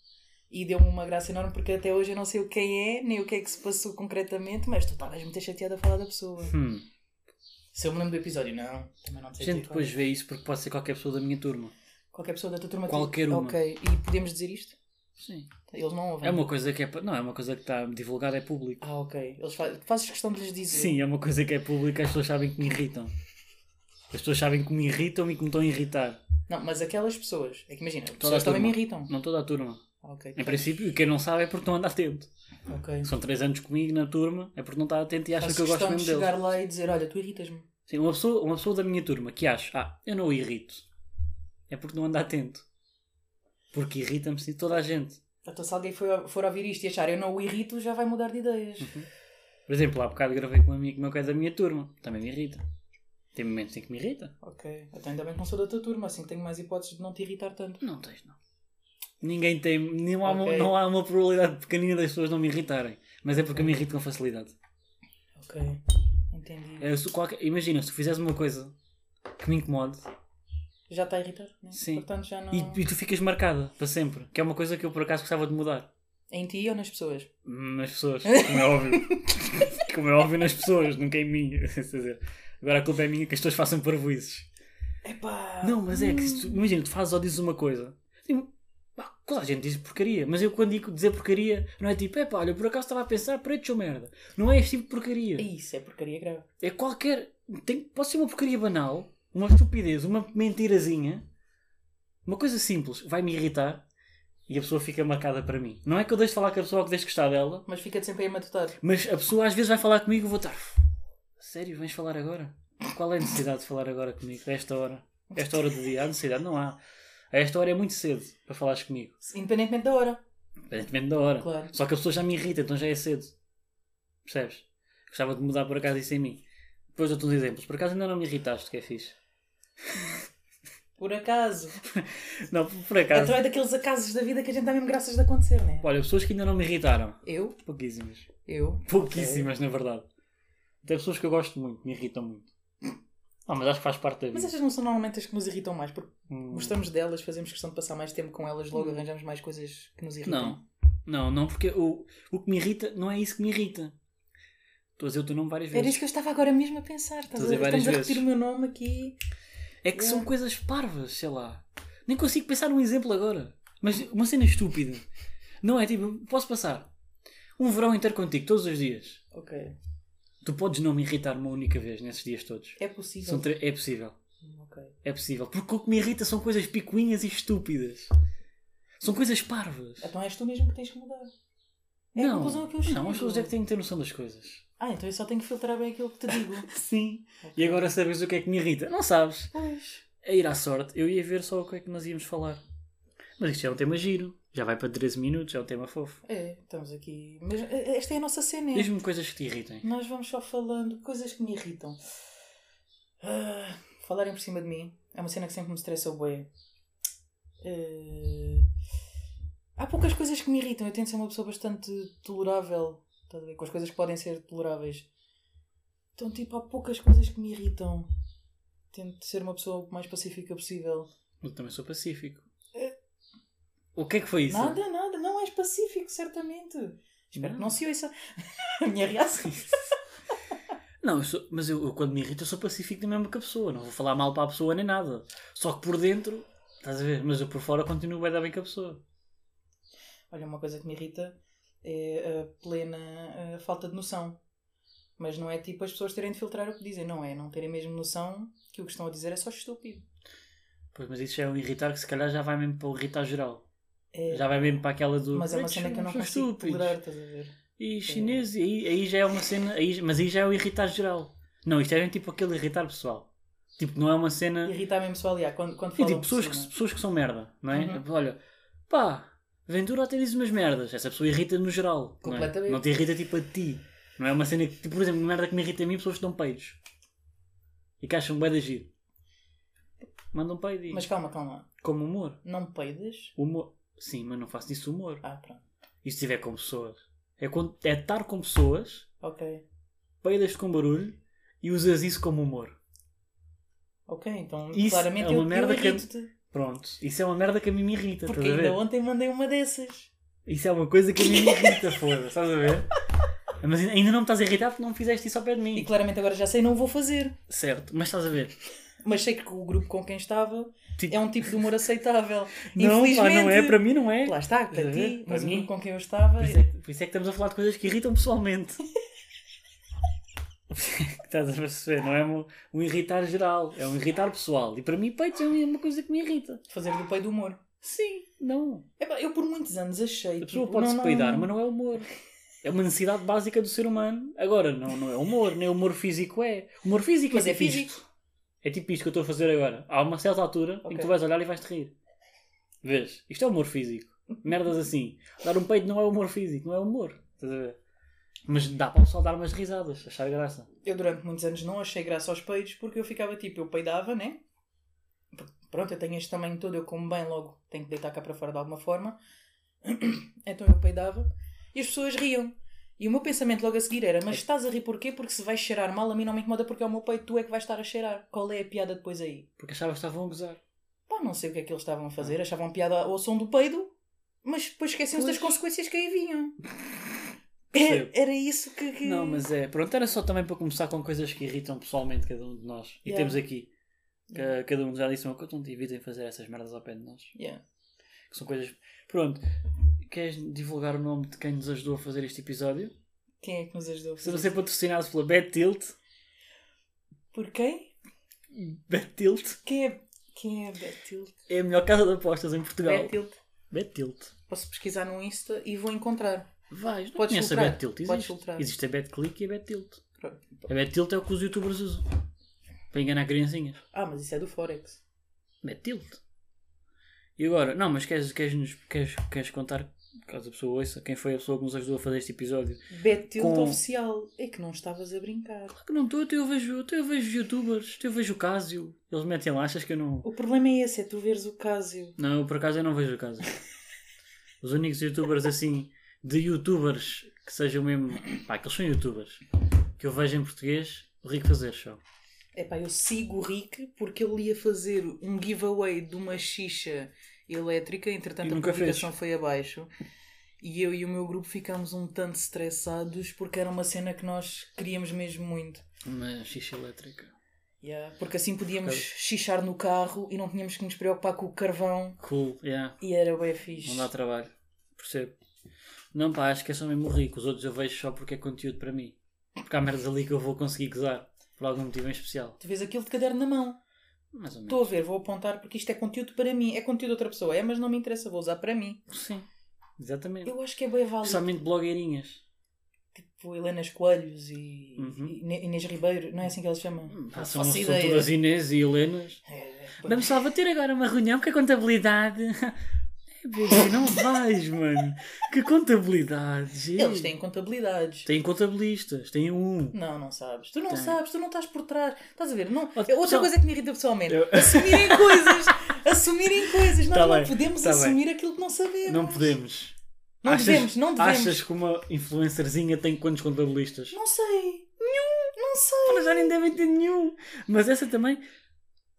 Speaker 3: e deu-me uma graça enorme porque até hoje eu não sei o quem é nem o que é que se passou concretamente, mas tu estavas muito chateada a falar da pessoa.
Speaker 2: Hum.
Speaker 3: Se eu me lembro do episódio, não, também não
Speaker 2: A
Speaker 3: sei.
Speaker 2: gente
Speaker 3: dizer qual. é.
Speaker 2: depois vê isso porque pode ser qualquer pessoa da minha turma.
Speaker 3: Qualquer pessoa da tua turma.
Speaker 2: Qualquer uma.
Speaker 3: Ok, e podemos dizer isto?
Speaker 2: Sim.
Speaker 3: Eles não ouvem.
Speaker 2: É uma coisa que é. pa- Não, é uma coisa que está divulgada, é público.
Speaker 3: Ah, ok. Eles fa... Fazes questão de lhes dizer.
Speaker 2: Sim, é uma coisa que é pública, as pessoas sabem que me irritam. As pessoas sabem que me irritam e que me estão a irritar.
Speaker 3: Não, mas aquelas pessoas. É que imagina,
Speaker 2: Toda a
Speaker 3: pessoas também me
Speaker 2: turma.
Speaker 3: irritam.
Speaker 2: Não toda a turma.
Speaker 3: Ah, ok.
Speaker 2: Em princípio, quem não sabe é porque não anda atento.
Speaker 3: Ok.
Speaker 2: São três anos comigo na turma, é porque não está atento e acha
Speaker 3: Fazes
Speaker 2: que eu gosto
Speaker 3: questão de
Speaker 2: mesmo deles.
Speaker 3: chegar lá e dizer, olha, tu irritas-me.
Speaker 2: Sim, uma pessoa, uma pessoa da minha turma que acha, ah, eu não o irrito, é porque não anda atento. Porque irrita-me sim toda a gente.
Speaker 3: Então, se alguém for, for ouvir isto e achar eu não o irrito, já vai mudar de ideias.
Speaker 2: Uhum. Por exemplo, há bocado gravei com um amigo meu que é da minha turma, também me irrita. Tem momentos em que me irrita?
Speaker 3: ok. Até ainda bem que não sou da tua turma, assim tenho mais hipóteses de não te irritar tanto.
Speaker 2: Não tens, não. Ninguém tem, não há, uma-
Speaker 3: Ok.
Speaker 2: não há uma probabilidade pequenina das pessoas não me irritarem. Mas é porque eu me irrito com facilidade.
Speaker 3: Ok. Entendi.
Speaker 2: É, se qualquer- imagina, se tu fizeres uma coisa que me incomode,
Speaker 3: Já está a irritar? Né?
Speaker 2: Sim.
Speaker 3: Portanto, já não.
Speaker 2: E, e tu ficas marcada para sempre. Que é uma coisa que eu por acaso gostava de mudar.
Speaker 3: É Em ti ou nas pessoas?
Speaker 2: Nas pessoas, como é óbvio. como é óbvio nas pessoas, nunca em mim. Quer dizer, Agora a culpa é minha que as pessoas façam parvoices.
Speaker 3: Epá!
Speaker 2: Não, mas é que se tu, imagina, tu fazes ou dizes uma coisa. Tipo, pá, Claro, a gente diz porcaria, mas eu quando digo dizer porcaria, não é tipo, é pá, olha, por acaso estava a pensar, preto ou merda. Não é este tipo de porcaria.
Speaker 3: É Isso é porcaria grave.
Speaker 2: É qualquer. Tem, pode ser uma porcaria banal, uma estupidez, uma mentirazinha, uma coisa simples, vai me irritar e a pessoa fica marcada para mim. Não é que eu deixe de falar com a pessoa ou que deixe de gostar dela,
Speaker 3: Mas fica-te sempre aí a matutar.
Speaker 2: mas a pessoa às vezes vai falar comigo e eu vou estar. Sério, vens falar agora? Qual é a necessidade de falar agora comigo? A esta hora? A esta hora do dia? Há necessidade? Não há. A esta hora é muito cedo para falares comigo.
Speaker 3: Independentemente da hora.
Speaker 2: Independentemente da hora.
Speaker 3: Claro.
Speaker 2: Só que a pessoa já me irrita, então já é cedo. Percebes? Gostava de mudar por acaso isso em mim. Depois dou-te uns exemplos. Por acaso ainda não me irritaste, que é fixe.
Speaker 3: Por acaso.
Speaker 2: Não, por acaso.
Speaker 3: Então é daqueles acasos da vida que a gente dá mesmo graças de acontecer, né?
Speaker 2: Olha, pessoas que ainda não me irritaram.
Speaker 3: Eu?
Speaker 2: Pouquíssimas.
Speaker 3: Eu?
Speaker 2: Pouquíssimas, na verdade. Até pessoas que eu gosto muito, me irritam muito. Ah, mas acho que faz parte da vida.
Speaker 3: Mas estas não são normalmente as que nos irritam mais, porque
Speaker 2: Hum,
Speaker 3: gostamos delas, fazemos questão de passar mais tempo com elas, logo arranjamos mais coisas que nos irritam.
Speaker 2: Não. Não, não, porque o, o que me irrita não é isso que me irrita. Estou a dizer o teu nome várias
Speaker 3: Era
Speaker 2: vezes.
Speaker 3: isso que eu estava agora mesmo a pensar. Estás
Speaker 2: a
Speaker 3: a
Speaker 2: dizer
Speaker 3: ver?
Speaker 2: várias
Speaker 3: Estamos a repetir
Speaker 2: vezes.
Speaker 3: o meu nome aqui.
Speaker 2: É que são coisas parvas, sei lá. Nem consigo pensar num exemplo agora. Mas uma cena estúpida. Não é tipo, posso passar um verão inteiro contigo todos os dias.
Speaker 3: Ok.
Speaker 2: Tu podes não me irritar uma única vez nesses dias todos.
Speaker 3: É possível. Hum,
Speaker 2: São tre- é possível.
Speaker 3: Ok.
Speaker 2: É possível. Porque o que me irrita são coisas picuinhas e estúpidas. São coisas parvas.
Speaker 3: Então és tu mesmo que tens que mudar. É a
Speaker 2: não,
Speaker 3: conclusão que eu chego.
Speaker 2: não, as pessoas é que têm que ter noção das coisas.
Speaker 3: Ah, então eu só tenho que filtrar bem aquilo que te digo.
Speaker 2: Sim. E agora sabes o que é que me irrita? Não sabes.
Speaker 3: Pois.
Speaker 2: A ir à sorte, eu ia ver só o que é que nós íamos falar. Mas isto já é um tema giro. Já vai para 13 minutos, é um tema fofo.
Speaker 3: É, estamos aqui. Mas eh, esta é a nossa cena. é?
Speaker 2: Diz-me coisas que te irritem.
Speaker 3: Nós vamos só falando coisas que me irritam. Ah, falarem por cima de mim é uma cena que sempre me estressa o bué. Eh, há poucas coisas que me irritam. Eu tento ser uma pessoa bastante tolerável. Estás a ver? Com as coisas que podem ser toleráveis. Então, tipo, há poucas coisas que me irritam. Tento ser uma pessoa o mais pacífica possível.
Speaker 2: Eu também sou pacífico.
Speaker 3: É.
Speaker 2: O que é que foi isso?
Speaker 3: Nada, nada. Não és pacífico, certamente. Espero que não se ouça a minha reação.
Speaker 2: Não, eu sou- mas eu, eu quando me irrito eu sou pacífico da mesma que a pessoa. Não vou falar mal para a pessoa nem nada. Só que por dentro, estás a ver? Mas eu por fora continuo bem dar bem com a pessoa.
Speaker 3: Olha, uma coisa que me irrita é a plena eh, falta de noção. Mas não é tipo as pessoas terem de filtrar o que dizem, não é? Não terem mesmo noção que o que estão a dizer é só estúpido.
Speaker 2: Pois, mas isso já é um irritar que se calhar já vai mesmo para o irritar geral.
Speaker 3: É,
Speaker 2: Já vai mesmo para aquela do.
Speaker 3: mas é uma
Speaker 2: "Estes
Speaker 3: cena que eu não
Speaker 2: são
Speaker 3: consigo
Speaker 2: estúpidos."
Speaker 3: tolerar, estás a ver?
Speaker 2: E chinês, e aí, aí já é uma cena. Aí, mas aí já é o irritar geral. Não, isto é mesmo tipo aquele irritar pessoal. Tipo, não é uma cena.
Speaker 3: Irritar né? mesmo só ali, ah, quando, quando
Speaker 2: E
Speaker 3: falam
Speaker 2: tipo,
Speaker 3: por
Speaker 2: pessoas que,
Speaker 3: cima.
Speaker 2: pessoas que são merda, não é?
Speaker 3: Uhum.
Speaker 2: Olha, pá, Ventura até diz umas merdas. Essa pessoa irrita no geral. não é?
Speaker 3: Completamente.
Speaker 2: Não, te irrita tipo a ti. Não é uma cena que, tipo, por exemplo, uma merda que me irrita a mim, pessoas que dão peidos. E que acham bué de agir. Mandam peido e...
Speaker 3: Mas calma, calma.
Speaker 2: Como humor.
Speaker 3: Não peidas?
Speaker 2: Humor. Sim, mas não faço disso humor.
Speaker 3: Ah, pronto.
Speaker 2: E se estiver com pessoas? É, quando, é estar com pessoas,
Speaker 3: Ok.
Speaker 2: peidas com barulho e usas isso como humor.
Speaker 3: Ok, então
Speaker 2: Isso
Speaker 3: claramente
Speaker 2: é uma
Speaker 3: eu,
Speaker 2: merda
Speaker 3: eu
Speaker 2: que-
Speaker 3: irrito-te.
Speaker 2: Pronto. Isso é uma merda que a mim me irrita,
Speaker 3: Porque
Speaker 2: estás a ver?
Speaker 3: ainda ontem mandei uma dessas.
Speaker 2: Isso é uma coisa que a mim me irrita, foda-se, estás a ver? Mas ainda- ainda não me estás a irritar porque não fizeste isso ao pé de
Speaker 3: E
Speaker 2: mim.
Speaker 3: claramente agora já sei, não o vou fazer.
Speaker 2: Certo, mas estás a ver?
Speaker 3: Mas sei que o grupo com quem estava
Speaker 2: Tipo-
Speaker 3: é um tipo de humor aceitável.
Speaker 2: Não, pá, não é,
Speaker 3: Infelizmente-
Speaker 2: para mim não é.
Speaker 3: Lá está, para
Speaker 2: Estás a
Speaker 3: ti,
Speaker 2: ver?
Speaker 3: mas
Speaker 2: Para
Speaker 3: o
Speaker 2: mim.
Speaker 3: grupo com quem eu estava.
Speaker 2: Por isso, é que, por isso é que estamos a falar de coisas que irritam pessoalmente. estás a perceber? Não é um, um irritar geral, é um irritar pessoal. E para mim, peitos é uma coisa que me irrita.
Speaker 3: Fazer do peito humor.
Speaker 2: Sim, não.
Speaker 3: Epá, eu por muitos anos achei.
Speaker 2: A pessoa
Speaker 3: tipo,
Speaker 2: pode-se
Speaker 3: não, não,
Speaker 2: peidar,
Speaker 3: não.
Speaker 2: mas não é humor. É uma necessidade básica do ser humano. Agora, não, não é humor, nem humor físico é. Humor físico
Speaker 3: Mas
Speaker 2: é,
Speaker 3: é
Speaker 2: tipo
Speaker 3: físico.
Speaker 2: isto. É tipo isto que eu estou a fazer agora. Há uma certa altura em
Speaker 3: Ok.
Speaker 2: que tu vais olhar e vais-te rir. Vês? Isto é humor físico. Merdas assim. Dar um peito não é humor físico, não é humor. Estás a ver? Mas dá para o pessoal dar umas risadas, achar graça.
Speaker 3: Eu durante muitos anos não achei graça aos peidos porque eu ficava tipo, eu peidava, né? Porque, Pronto, eu tenho este tamanho todo, eu como bem logo, tenho que deitar cá para fora de alguma forma. Então eu peidava e as pessoas riam. E o meu pensamento logo a seguir era: Mas estás a rir porquê? Porque se vais cheirar mal, a mim não me incomoda porque é o meu peito, tu é que vais estar a cheirar. Qual é a piada depois aí?
Speaker 2: Porque achavas que estavam a gozar.
Speaker 3: Pá, não sei o que é que eles estavam a
Speaker 2: Ah.
Speaker 3: fazer, achavam piada ao som do peido, mas depois esqueciam-se das
Speaker 2: Pois.
Speaker 3: consequências que aí vinham.
Speaker 2: Percebo.
Speaker 3: É- Era isso que. que-
Speaker 2: Não, mas é. Pronto, era só também para começar com coisas que irritam pessoalmente cada um de nós. E
Speaker 3: Yeah.
Speaker 2: temos aqui. que Cada um já disse uma coisa, não te evitem fazer essas merdas ao pé de nós.
Speaker 3: Yeah.
Speaker 2: que são coisas. Pronto, queres divulgar o nome de quem nos ajudou a fazer este episódio?
Speaker 3: Quem é que nos ajudou? a fazer
Speaker 2: Estamos a ser patrocinados pela Bad Tilt.
Speaker 3: isso? Por quem?
Speaker 2: Bad Tilt
Speaker 3: Quem é. Quem é Betilt?
Speaker 2: é a melhor casa de apostas em Portugal.
Speaker 3: Betilt.
Speaker 2: Bad Tilt.
Speaker 3: Posso pesquisar no Insta e vou encontrar.
Speaker 2: Vais, não
Speaker 3: Podes
Speaker 2: conheces a
Speaker 3: filtrar,
Speaker 2: Bad Tilt?
Speaker 3: podes
Speaker 2: Existe.
Speaker 3: filtrar.
Speaker 2: Existe a Bad Click e a Bad Tilt.
Speaker 3: Pronto.
Speaker 2: A Bad Tilt é o que os youtubers usam para enganar criancinhas.
Speaker 3: Ah, mas isso é do Forex.
Speaker 2: Bad Tilt. E agora, não, mas queres, queres, nos- queres, queres contar, caso a pessoa ouça, quem foi a pessoa que nos ajudou a fazer este episódio?
Speaker 3: Betilt
Speaker 2: Com-
Speaker 3: oficial. É que não estavas a brincar.
Speaker 2: Claro que não estou, até eu vejo, até eu vejo youtubers, até eu vejo o Cásio. Eles metem lá, achas que eu não.
Speaker 3: O problema é esse, é tu veres o Cásio.
Speaker 2: Não, eu por acaso eu não vejo o caso. Os únicos youtubers assim, de youtubers que sejam mesmo. Pá, que eles são youtubers. Que eu vejo em português, o Rico Fazer Show.
Speaker 3: Epá, eu sigo o Rick porque ele ia fazer um giveaway de uma xixa elétrica, entretanto
Speaker 2: E
Speaker 3: a
Speaker 2: nunca
Speaker 3: publicação foi abaixo. E eu e o meu grupo ficámos um tanto estressados porque era uma cena que nós queríamos mesmo muito.
Speaker 2: Uma xixa elétrica.
Speaker 3: Yeah, Porque assim podíamos xixar no carro e não tínhamos que nos preocupar com o carvão.
Speaker 2: Cool, yeah.
Speaker 3: E era bem fixe.
Speaker 2: Não dá trabalho. Percebo. Não pá, acho que é só mesmo rico. Os outros eu vejo só porque é conteúdo para mim. Porque há merdas ali que eu vou conseguir gozar. Por algum motivo em especial.
Speaker 3: Tu vês aquilo de caderno na mão.
Speaker 2: Mais ou menos.
Speaker 3: Estou a ver, vou apontar porque isto é conteúdo para mim. É conteúdo de outra pessoa. É, mas não me interessa, vou usar para mim.
Speaker 2: Sim. Exatamente.
Speaker 3: Eu acho que é bem válido.
Speaker 2: Especialmente blogueirinhas.
Speaker 3: Tipo Helena Coelhos e,
Speaker 2: Uhum. Hum,
Speaker 3: e Ine- Inês Ribeiro. Não é assim que eles chamam?
Speaker 2: Pá,
Speaker 3: Não
Speaker 2: são,
Speaker 3: faço
Speaker 2: são
Speaker 3: ideia.
Speaker 2: todas Inês e Helenas.
Speaker 3: É, pois.
Speaker 2: Vamos só, vou ter agora uma reunião com a contabilidade. É, bebê, não vais, mano. Que contabilidade. gente.
Speaker 3: Eles têm contabilidades.
Speaker 2: Têm contabilistas, têm um.
Speaker 3: Não, não sabes. Tu não
Speaker 2: Tem.
Speaker 3: sabes, tu não estás por trás. Estás a ver? Não,
Speaker 2: Oh,
Speaker 3: é outra
Speaker 2: só-
Speaker 3: coisa que me irrita pessoalmente.
Speaker 2: Eu-
Speaker 3: Assumirem coisas. assumirem coisas. Nós
Speaker 2: Tá
Speaker 3: não
Speaker 2: bem,
Speaker 3: podemos
Speaker 2: tá bem.
Speaker 3: assumir aquilo que não sabemos.
Speaker 2: Não podemos.
Speaker 3: Não devemos, não devemos.
Speaker 2: Achas que uma influencerzinha tem quantos contabilistas?
Speaker 3: Não sei. Nenhum. Não sei.
Speaker 2: Mas já nem devem ter nenhum. Mas essa também.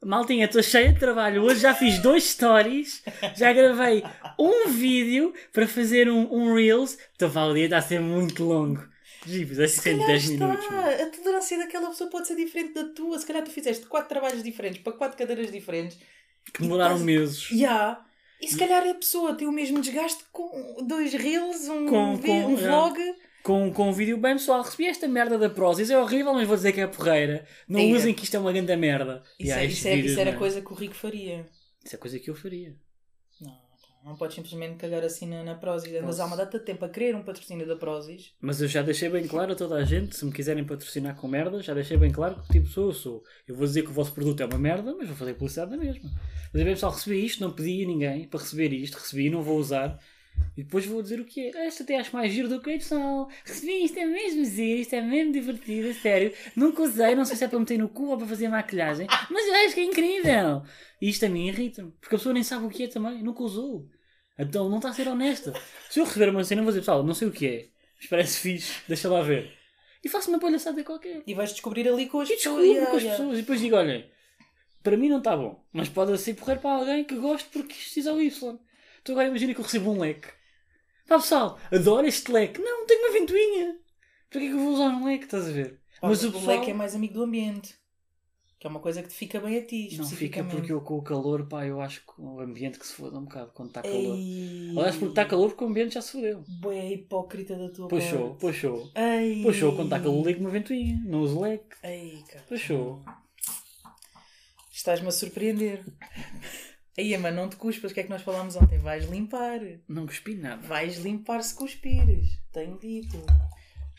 Speaker 2: Maltinha, estou cheia de trabalho. Hoje já fiz dois stories, já gravei um vídeo para fazer um, um Reels. Então vale, dia está a ser muito longo. Gibas, acho que tem
Speaker 3: Lá
Speaker 2: 10
Speaker 3: está.
Speaker 2: é minutos. mano.
Speaker 3: A tolerância daquela pessoa pode ser diferente da tua. Se calhar tu fizeste quatro trabalhos diferentes para quatro cadeiras diferentes.
Speaker 2: Que demoraram
Speaker 3: estás-
Speaker 2: meses.
Speaker 3: E há. E se calhar a pessoa tem o mesmo desgaste com dois reels, um,
Speaker 2: Com-
Speaker 3: vi-
Speaker 2: com-
Speaker 3: um
Speaker 2: é.
Speaker 3: vlog.
Speaker 2: Com, com um vídeo, bem pessoal, recebi esta merda da Prozis. É horrível, mas vou dizer que é porreira. Não
Speaker 3: Ira.
Speaker 2: usem que isto é uma grande merda.
Speaker 3: Isso,
Speaker 2: E há
Speaker 3: é-
Speaker 2: estes
Speaker 3: isso é-
Speaker 2: vídeos,
Speaker 3: isso era
Speaker 2: mano.
Speaker 3: coisa que o Rico faria.
Speaker 2: Isso é coisa que eu faria.
Speaker 3: Não, não podes simplesmente cagar assim na, na Prozis. Andas
Speaker 2: Posso.
Speaker 3: há uma data de tempo a querer um patrocínio da Prozis.
Speaker 2: Mas eu já deixei bem claro a toda a gente, se me quiserem patrocinar com merda, já deixei bem claro que tipo de pessoa eu sou. Eu vou dizer que o vosso produto é uma merda, mas vou fazer publicidade na mesma. Mas bem pessoal, recebi isto, não pedi a ninguém para receber isto, recebi não vou usar. E depois vou dizer o que é. Esta até acho mais giro do que a pessoal. Recebi isto, é mesmo giro, isto é mesmo divertido, a sério. Nunca usei, não sei se é para meter no cu ou para fazer maquilhagem, mas eu acho que é incrível. E isto a mim irrita-me, porque a pessoa nem sabe o que é também, nunca usou. Então não está a ser honesta. Se eu receber uma cena, eu vou dizer, pessoal, não sei o que é, mas parece fixe, deixa lá ver. E faço uma palhaçada qualquer.
Speaker 3: E vais descobrir ali com as
Speaker 2: E
Speaker 3: pessoas.
Speaker 2: descubro
Speaker 3: yeah,
Speaker 2: com as
Speaker 3: yeah.
Speaker 2: pessoas e depois digo, olhem, para mim não está bom, mas pode ser porrer para alguém que goste porque isto diz ao Y. Então agora imagina que eu recebo um leque. Pá pessoal, adoro este leque. Não, tenho uma ventoinha. Para que é que eu vou usar um leque, estás a ver?
Speaker 3: Pá,
Speaker 2: Mas
Speaker 3: Mas
Speaker 2: o
Speaker 3: o
Speaker 2: pessoal-
Speaker 3: leque é mais amigo do ambiente. Que é uma coisa que te fica bem a ti,
Speaker 2: Não fica
Speaker 3: especificamente.
Speaker 2: porque eu com o calor, pá, eu acho que o ambiente que se foda um bocado quando está calor.
Speaker 3: Ei,
Speaker 2: Aliás, porque tá está calor porque o ambiente já se fodeu.
Speaker 3: Bué hipócrita da tua
Speaker 2: Puxou,
Speaker 3: parte.
Speaker 2: puxou.
Speaker 3: Ei.
Speaker 2: Puxou, quando está calor, ligo uma ventoinha. Não uso leque.
Speaker 3: Ei, cara.
Speaker 2: Puxou.
Speaker 3: Estás-me a surpreender. Aí, mas não te cuspas, o que é que nós falámos ontem? Vais limpar.
Speaker 2: Não cuspi nada.
Speaker 3: Vais limpar se cuspires. Tenho dito.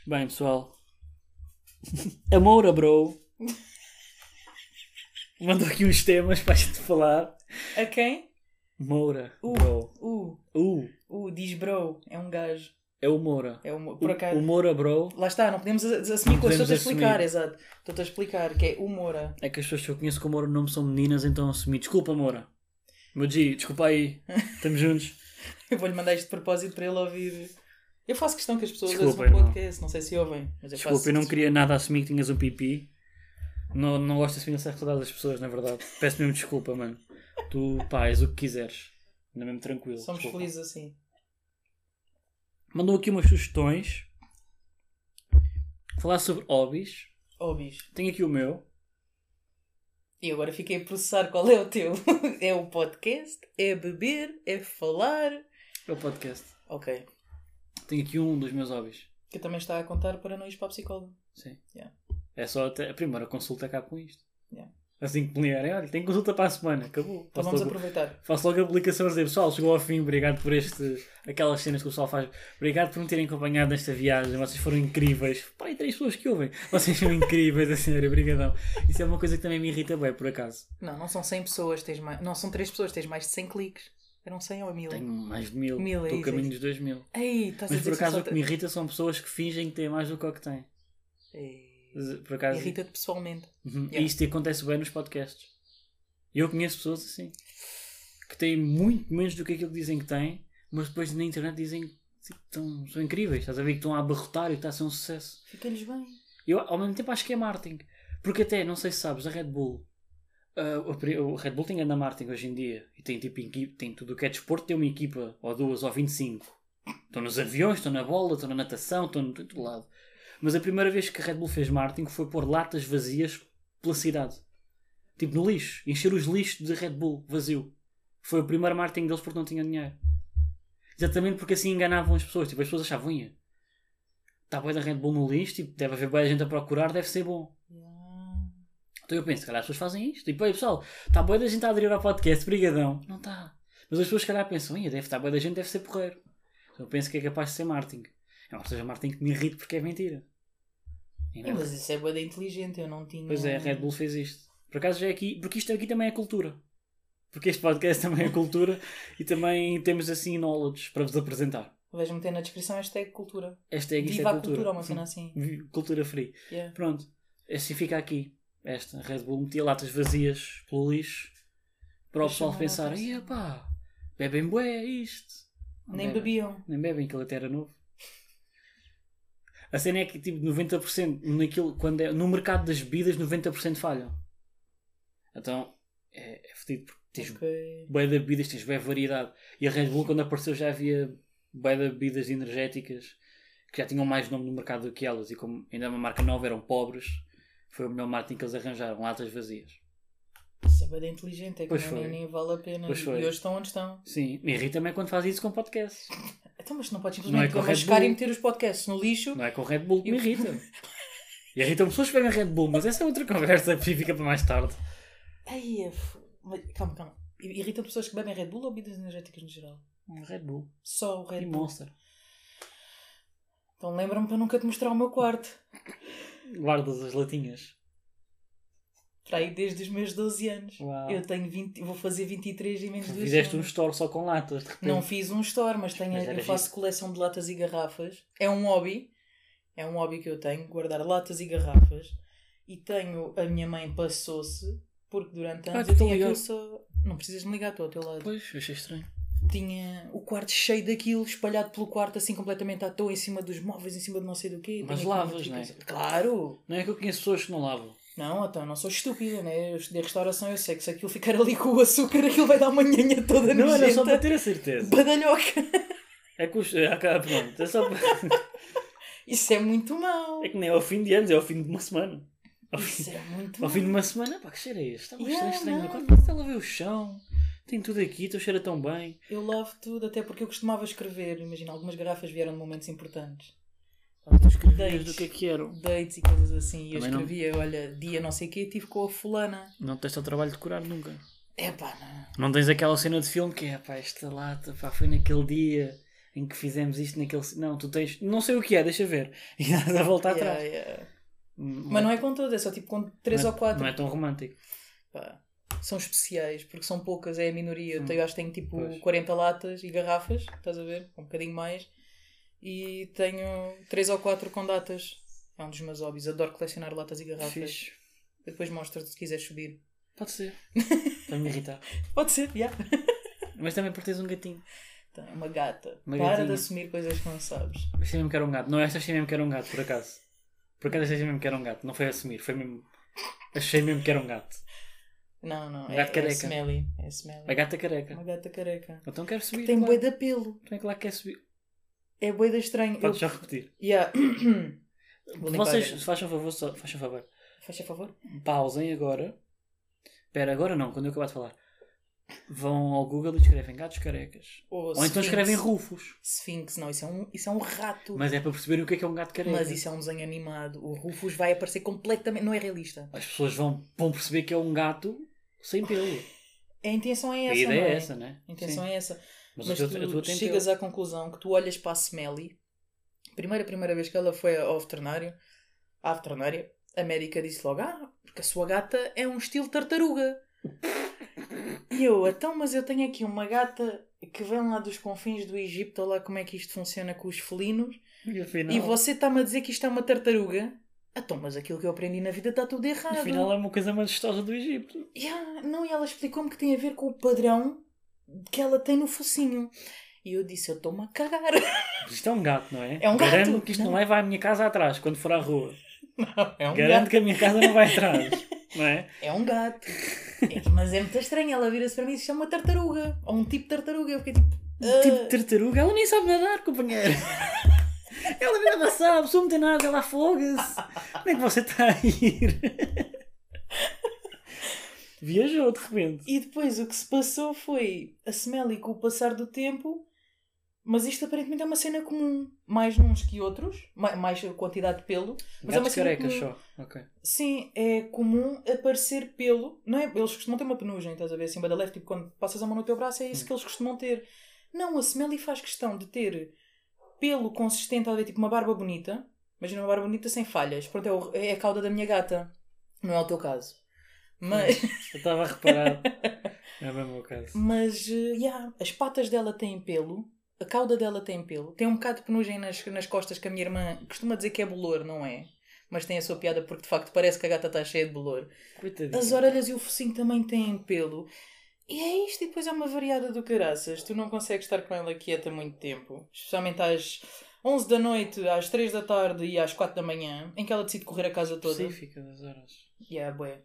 Speaker 2: Bem, pessoal. Amoura, bro. Mandou aqui uns temas para a gente falar.
Speaker 3: A quem?
Speaker 2: Moura,
Speaker 3: Uh.
Speaker 2: bro.
Speaker 3: O.
Speaker 2: Uh,
Speaker 3: O diz bro. É um gajo.
Speaker 2: é o Moura.
Speaker 3: É um,
Speaker 2: O,
Speaker 3: por acaso.
Speaker 2: o Moura, bro.
Speaker 3: Lá está, não podemos a- a- assumir
Speaker 2: Não podemos
Speaker 3: coisas. Estou-te a explicar,
Speaker 2: assumir.
Speaker 3: exato. Estou-te a explicar, que é humora.
Speaker 2: É que as pessoas que eu conheço com o Moura não são meninas, então assumi. Desculpa, Moura. Meu G, desculpa aí. Estamos juntos.
Speaker 3: Eu vou-lhe mandar isto de propósito para ele ouvir. Eu faço questão que as pessoas
Speaker 2: Desculpa,
Speaker 3: ouçam o
Speaker 2: irmão.
Speaker 3: podcast, não sei se ouvem. Mas eu
Speaker 2: Desculpa,
Speaker 3: faço
Speaker 2: eu não queria nada assumir que tinhas um pipi. Não, não gosto de assumir essa realidade das pessoas, na verdade. Peço mesmo desculpa, mano. Tu, pá, és o que quiseres. Ainda mesmo tranquilo.
Speaker 3: Somos
Speaker 2: desculpa.
Speaker 3: felizes assim.
Speaker 2: Mandou aqui umas sugestões. Falar sobre hobbies.
Speaker 3: Oh, bicho.
Speaker 2: Tenho aqui o meu.
Speaker 3: E agora fiquei a processar qual é o teu. é o podcast? É beber? É falar?
Speaker 2: É o podcast.
Speaker 3: Ok.
Speaker 2: Tenho aqui um dos meus hobbies.
Speaker 3: Que também está a contar para não ir para a psicóloga.
Speaker 2: Sim.
Speaker 3: Yeah.
Speaker 2: É só até a primeira consulta é cá com isto.
Speaker 3: Yeah.
Speaker 2: Assim que me ligarem, olha, tenho consulta para a semana. Acabou.
Speaker 3: Então
Speaker 2: Faço
Speaker 3: vamos
Speaker 2: logo-
Speaker 3: aproveitar.
Speaker 2: Faço logo a publicação a dizer, pessoal, chegou ao fim, obrigado por este. aquelas cenas que o pessoal faz. Obrigado por me terem acompanhado nesta viagem, vocês foram incríveis. Pá, e três pessoas que ouvem. Vocês são incríveis, a sério, obrigadão. Isso é uma coisa que também me irrita bem, por acaso.
Speaker 3: Não, não são 100 pessoas, tens mais. Não, são 3 pessoas, tens mais de 100 cliques. Eram 100 ou 1000?
Speaker 2: Tenho mais de mil,
Speaker 3: Mil, é
Speaker 2: estou
Speaker 3: isso,
Speaker 2: a caminho
Speaker 3: é
Speaker 2: dos dois mil.
Speaker 3: Ei, estás a
Speaker 2: Mas
Speaker 3: dizer
Speaker 2: por acaso o
Speaker 3: que
Speaker 2: que me irrita são pessoas que fingem que têm mais do que o que têm.
Speaker 3: me
Speaker 2: Por acaso.
Speaker 3: Irrita-te pessoalmente.
Speaker 2: Uhum.
Speaker 3: Yeah.
Speaker 2: E isto acontece bem nos podcasts. Eu conheço pessoas assim que têm muito menos do que aquilo que dizem que têm, mas depois na internet dizem que estão- são incríveis. Estás a ver que estão a abarrotar e que está a ser um sucesso.
Speaker 3: Fica-lhes bem.
Speaker 2: Eu ao mesmo tempo acho que é marketing. Porque até, não sei se sabes, a Red Bull. ah, o pri- o Red Bull tem grande marketing hoje em dia e tem tipo equipe, tem tudo o que é desporto, tem uma equipa, ou duas, ou 25. Estão nos aviões, estão na bola, estão na natação, estão em todo lado. Mas a primeira vez que a Red Bull fez marketing foi pôr latas vazias pela cidade. Tipo no lixo. Encher os lixos de Red Bull vazio. Foi o primeiro marketing deles porque não tinham dinheiro. Exatamente porque assim enganavam as pessoas. Tipo, as pessoas achavam, ia. Está boa da Red Bull no lixo, tipo, deve haver boa gente a procurar, deve ser bom. Então eu penso, se calhar as pessoas fazem isto. Tipo, aí pessoal, está boa da gente a aderir ao podcast, brigadão. Não está. Mas as pessoas se calhar pensam, ia, deve estar boa da gente, deve ser porreiro. Então eu penso que é capaz de ser marketing. É uma seja marketing que me irrita porque é mentira. E não-
Speaker 3: Mas isso é boa da inteligente, eu não tinha.
Speaker 2: Pois é, a Red Bull fez isto. Por acaso já é aqui, porque isto aqui também é cultura. Porque este podcast também é cultura e também temos assim knowledge para vos apresentar.
Speaker 3: Vais meter na descrição hashtag cultura.
Speaker 2: Esta é, isto é
Speaker 3: Viva a
Speaker 2: cultura.
Speaker 3: cultura, uma cena assim.
Speaker 2: Vi- Cultura free.
Speaker 3: Yeah.
Speaker 2: Pronto, assim fica aqui. Esta a Red Bull metia latas vazias pelo lixo para o
Speaker 3: Deixa
Speaker 2: pessoal
Speaker 3: uma
Speaker 2: pensar:
Speaker 3: lata assim.
Speaker 2: ia pá, bebem bué isto. Não
Speaker 3: Nem
Speaker 2: bebem.
Speaker 3: bebiam.
Speaker 2: Nem bebem, aquilo até era novo. A cena é que tipo 90% naquilo, quando é, no mercado das bebidas 90% falham. Então é, é fodido porque tens
Speaker 3: Ok.
Speaker 2: bué de bebidas, tens bué variedade. E a Red Bull quando apareceu já havia bué de bebidas energéticas que já tinham mais nome no mercado do que elas e como ainda é uma marca nova, eram pobres, foi o melhor marketing que eles arranjaram, latas vazias.
Speaker 3: Isso é boa da inteligente, é que
Speaker 2: Pois
Speaker 3: nem,
Speaker 2: foi.
Speaker 3: nem vale a pena.
Speaker 2: Pois
Speaker 3: e
Speaker 2: foi.
Speaker 3: hoje estão onde estão.
Speaker 2: Sim, me irrita também quando faz isso com podcasts.
Speaker 3: Então, mas tu não podes
Speaker 2: Não é
Speaker 3: simplesmente
Speaker 2: com a Red
Speaker 3: mascar
Speaker 2: Bull.
Speaker 3: e meter os podcasts no lixo.
Speaker 2: Não é com Red Bull que me
Speaker 3: Eu-
Speaker 2: irrita. Irritam pessoas que bebem Red Bull, mas essa é outra conversa que fica para mais tarde.
Speaker 3: Ai, é f- mas- calma, calma. Irritam pessoas que bebem Red Bull ou bebidas energéticas no geral?
Speaker 2: Um Red Bull
Speaker 3: Só o Red
Speaker 2: e
Speaker 3: Bull.
Speaker 2: Monster.
Speaker 3: Então lembra-me para nunca te mostrar o meu quarto.
Speaker 2: Guardas as latinhas.
Speaker 3: Para aí desde os meus 12 anos.
Speaker 2: Uau.
Speaker 3: Eu tenho 20, vou fazer 23 em menos de duas
Speaker 2: Fizeste um
Speaker 3: semanas.
Speaker 2: store só com latas, de repente.
Speaker 3: Não fiz um store, mas, tenho,
Speaker 2: Mas era
Speaker 3: eu faço
Speaker 2: giro.
Speaker 3: coleção de latas e garrafas. É um hobby. É um hobby que eu tenho, guardar latas e garrafas. E tenho, a minha mãe passou-se, porque durante
Speaker 2: Ah,
Speaker 3: anos
Speaker 2: que
Speaker 3: eu
Speaker 2: tô
Speaker 3: tinha aquilo
Speaker 2: ligado.
Speaker 3: só. Não precisas me ligar, estou ao teu lado.
Speaker 2: Pois, achei estranho.
Speaker 3: Tinha o quarto cheio daquilo, espalhado pelo quarto, assim completamente à toa, em cima dos móveis, em cima de não sei do quê.
Speaker 2: Mas
Speaker 3: Tenho aqui
Speaker 2: lavas,
Speaker 3: uma
Speaker 2: não é?
Speaker 3: tripa- Claro!
Speaker 2: Não é que eu conheço pessoas que não lavam.
Speaker 3: Não, então não sou estúpida, né? Eu estudei restauração, eu sei que se aquilo ficar ali com o açúcar, aquilo vai dar uma nhanha toda
Speaker 2: Não, era só para
Speaker 3: nojenta.
Speaker 2: ter a certeza.
Speaker 3: Badalhoca!
Speaker 2: É que os... é, cá, pronto, é, só para...
Speaker 3: Isso é muito mau!
Speaker 2: é que nem é ao fim de anos, é ao fim de uma semana. Ao fim,
Speaker 3: Isso é muito
Speaker 2: ao
Speaker 3: mau!
Speaker 2: fim de uma semana, pá, que cheiro é este? Está um
Speaker 3: Yeah,
Speaker 2: cheiro estranho.
Speaker 3: não.
Speaker 2: Quando Quando ela vê o chão, tem tudo aqui, teu cheiro é tão bem.
Speaker 3: Eu lavo tudo, até porque eu costumava escrever, imagina, algumas garrafas vieram de momentos importantes. Então,
Speaker 2: Desde o
Speaker 3: Dates,
Speaker 2: que é que eram.
Speaker 3: dates e coisas assim, e eu
Speaker 2: Também não.
Speaker 3: escrevia, olha, dia não sei o quê, tive com a fulana.
Speaker 2: Não tens o trabalho de curar nunca.
Speaker 3: Epá, não.
Speaker 2: Não tens aquela cena de filme que é, pá, esta lata, pá, foi naquele dia em que fizemos isto, naquele. ci-" Não, tu tens. Não sei o que é, deixa ver. E dás a volta
Speaker 3: Yeah,
Speaker 2: Tá atrás.
Speaker 3: yeah. Mas não é com todas, é só tipo com três
Speaker 2: não é-
Speaker 3: ou quatro.
Speaker 2: Não é tão romântico.
Speaker 3: Pá, são especiais, porque são poucas, é a minoria. Eu,
Speaker 2: Hum.
Speaker 3: tenho- eu acho que tenho tipo
Speaker 2: Pois.
Speaker 3: 40 latas e garrafas, estás a ver? Um bocadinho mais. E tenho 3 ou 4 com datas. É um dos meus hobbies, adoro colecionar latas e garrafas.
Speaker 2: Fixe.
Speaker 3: Eu Depois mostro-te se quiseres subir.
Speaker 2: Pode ser. Para me irritar.
Speaker 3: Pode ser, já.
Speaker 2: Mas também por teres um gatinho.
Speaker 3: Então, é uma gata.
Speaker 2: Uma
Speaker 3: Para de
Speaker 2: gatinha.
Speaker 3: assumir coisas que não sabes.
Speaker 2: Achei mesmo que era um gato. Não, esta achei mesmo que era um gato, por acaso. Por acaso achei mesmo que era um gato. Não foi assumir, foi mesmo. Achei mesmo que era um gato.
Speaker 3: Não, não.
Speaker 2: Um
Speaker 3: é,
Speaker 2: gato
Speaker 3: é
Speaker 2: careca.
Speaker 3: smelly. É smelly.
Speaker 2: A gata careca.
Speaker 3: Uma gata careca.
Speaker 2: Então quero subir.
Speaker 3: Tem
Speaker 2: claro.
Speaker 3: boeda pelo.
Speaker 2: Então é que lá quer subir.
Speaker 3: É boeda estranho.
Speaker 2: Podes já repetir.
Speaker 3: Eu... Yeah. Vou limpar a
Speaker 2: Vocês,
Speaker 3: garganta.
Speaker 2: se fazem favor, só, fazem favor.
Speaker 3: Faz a favor?
Speaker 2: pausem agora. Espera, agora não, quando eu acabar de falar. Vão ao Google e escrevem gatos carecas. Ou então escrevem rufos.
Speaker 3: Sphinx, não, isso é um, isso é um rato. Mas,
Speaker 2: Mas é para perceberem o que é que é um gato careca.
Speaker 3: isso é um desenho animado. O Rufus vai aparecer completamente. Não é realista.
Speaker 2: As pessoas vão, vão perceber que é um gato sem pelo.
Speaker 3: A intenção é
Speaker 2: a
Speaker 3: essa.
Speaker 2: ideia
Speaker 3: não
Speaker 2: é essa, né?
Speaker 3: A intenção
Speaker 2: Sim.
Speaker 3: é essa.
Speaker 2: Mas,
Speaker 3: Mas,
Speaker 2: a tua, a tua
Speaker 3: tu
Speaker 2: tem
Speaker 3: chegas
Speaker 2: pelo.
Speaker 3: à conclusão que tu olhas para a Smelly. Primeira, primeira vez que ela foi ao veterinário, à veterinária, a médica disse logo: Ah, porque a sua gata é um estilo tartaruga. E eu, então, mas eu tenho aqui uma gata que vem lá dos confins do Egito, olha lá como é que isto funciona com os felinos.
Speaker 2: E afinal,
Speaker 3: E você está-me a dizer que isto é uma tartaruga? Então, mas aquilo que eu aprendi na vida está tudo errado.
Speaker 2: afinal é uma coisa majestosa do Egito.
Speaker 3: Yeah, não, e ela explicou-me que tem a ver com o padrão que ela tem no focinho. E eu disse, eu estou-me a cagar.
Speaker 2: Mas isto é um gato, não é?
Speaker 3: É um gato.
Speaker 2: Garanto que isto não,
Speaker 3: Não.
Speaker 2: leva à minha casa atrás quando for à rua.
Speaker 3: É um
Speaker 2: Garanto
Speaker 3: gato.
Speaker 2: que a minha casa não vai atrás. não é?
Speaker 3: É um gato. É que- mas é muito estranho, ela vira-se para mim e diz, isto é uma tartaruga. Ou um tipo de tartaruga. Eu fiquei tipo,
Speaker 2: tipo tartaruga, ela nem sabe nadar, companheiro. ela nada sabe, se não tem nada, ela afoga-se. Como é que você está a ir? Viajou de repente.
Speaker 3: E depois o que se passou foi a Smelly com o passar do tempo, mas isto aparentemente é uma cena comum, mais uns que outros, ma- mais a quantidade de pelo. Mas é uma
Speaker 2: Gatos
Speaker 3: cena
Speaker 2: carecas
Speaker 3: comum.
Speaker 2: só. Ok.
Speaker 3: Sim, é comum aparecer pelo, não é? Eles costumam ter uma penugem, estás a ver, assim, da leve, tipo quando passas a mão no teu braço, é isso que eles costumam ter. Não, a Smelly faz questão de ter pelo consistente, estás a ver, tipo uma barba bonita. Imagina uma barba bonita sem falhas. Pronto, é, o- é a cauda da minha gata. Não é o teu caso. Mas.
Speaker 2: Eu estava a reparar. é mesmo o caso.
Speaker 3: Mas, eh, yeah, as patas dela têm pelo, a cauda dela tem pelo, tem um bocado de penugem nas, nas costas que a minha irmã costuma dizer que é bolor, não é? Mas tem a sua piada porque de facto parece que a gata está cheia de bolor.
Speaker 2: Coitadinho.
Speaker 3: As orelhas e o focinho também têm pelo. E é isto, e depois é uma variada do caraças. Tu não consegues estar com ela quieta muito tempo. Especialmente às 11 da noite, às 3 da tarde e às 4 da manhã, em que ela decide correr a casa toda.
Speaker 2: específica das horas.
Speaker 3: Yeah, bué.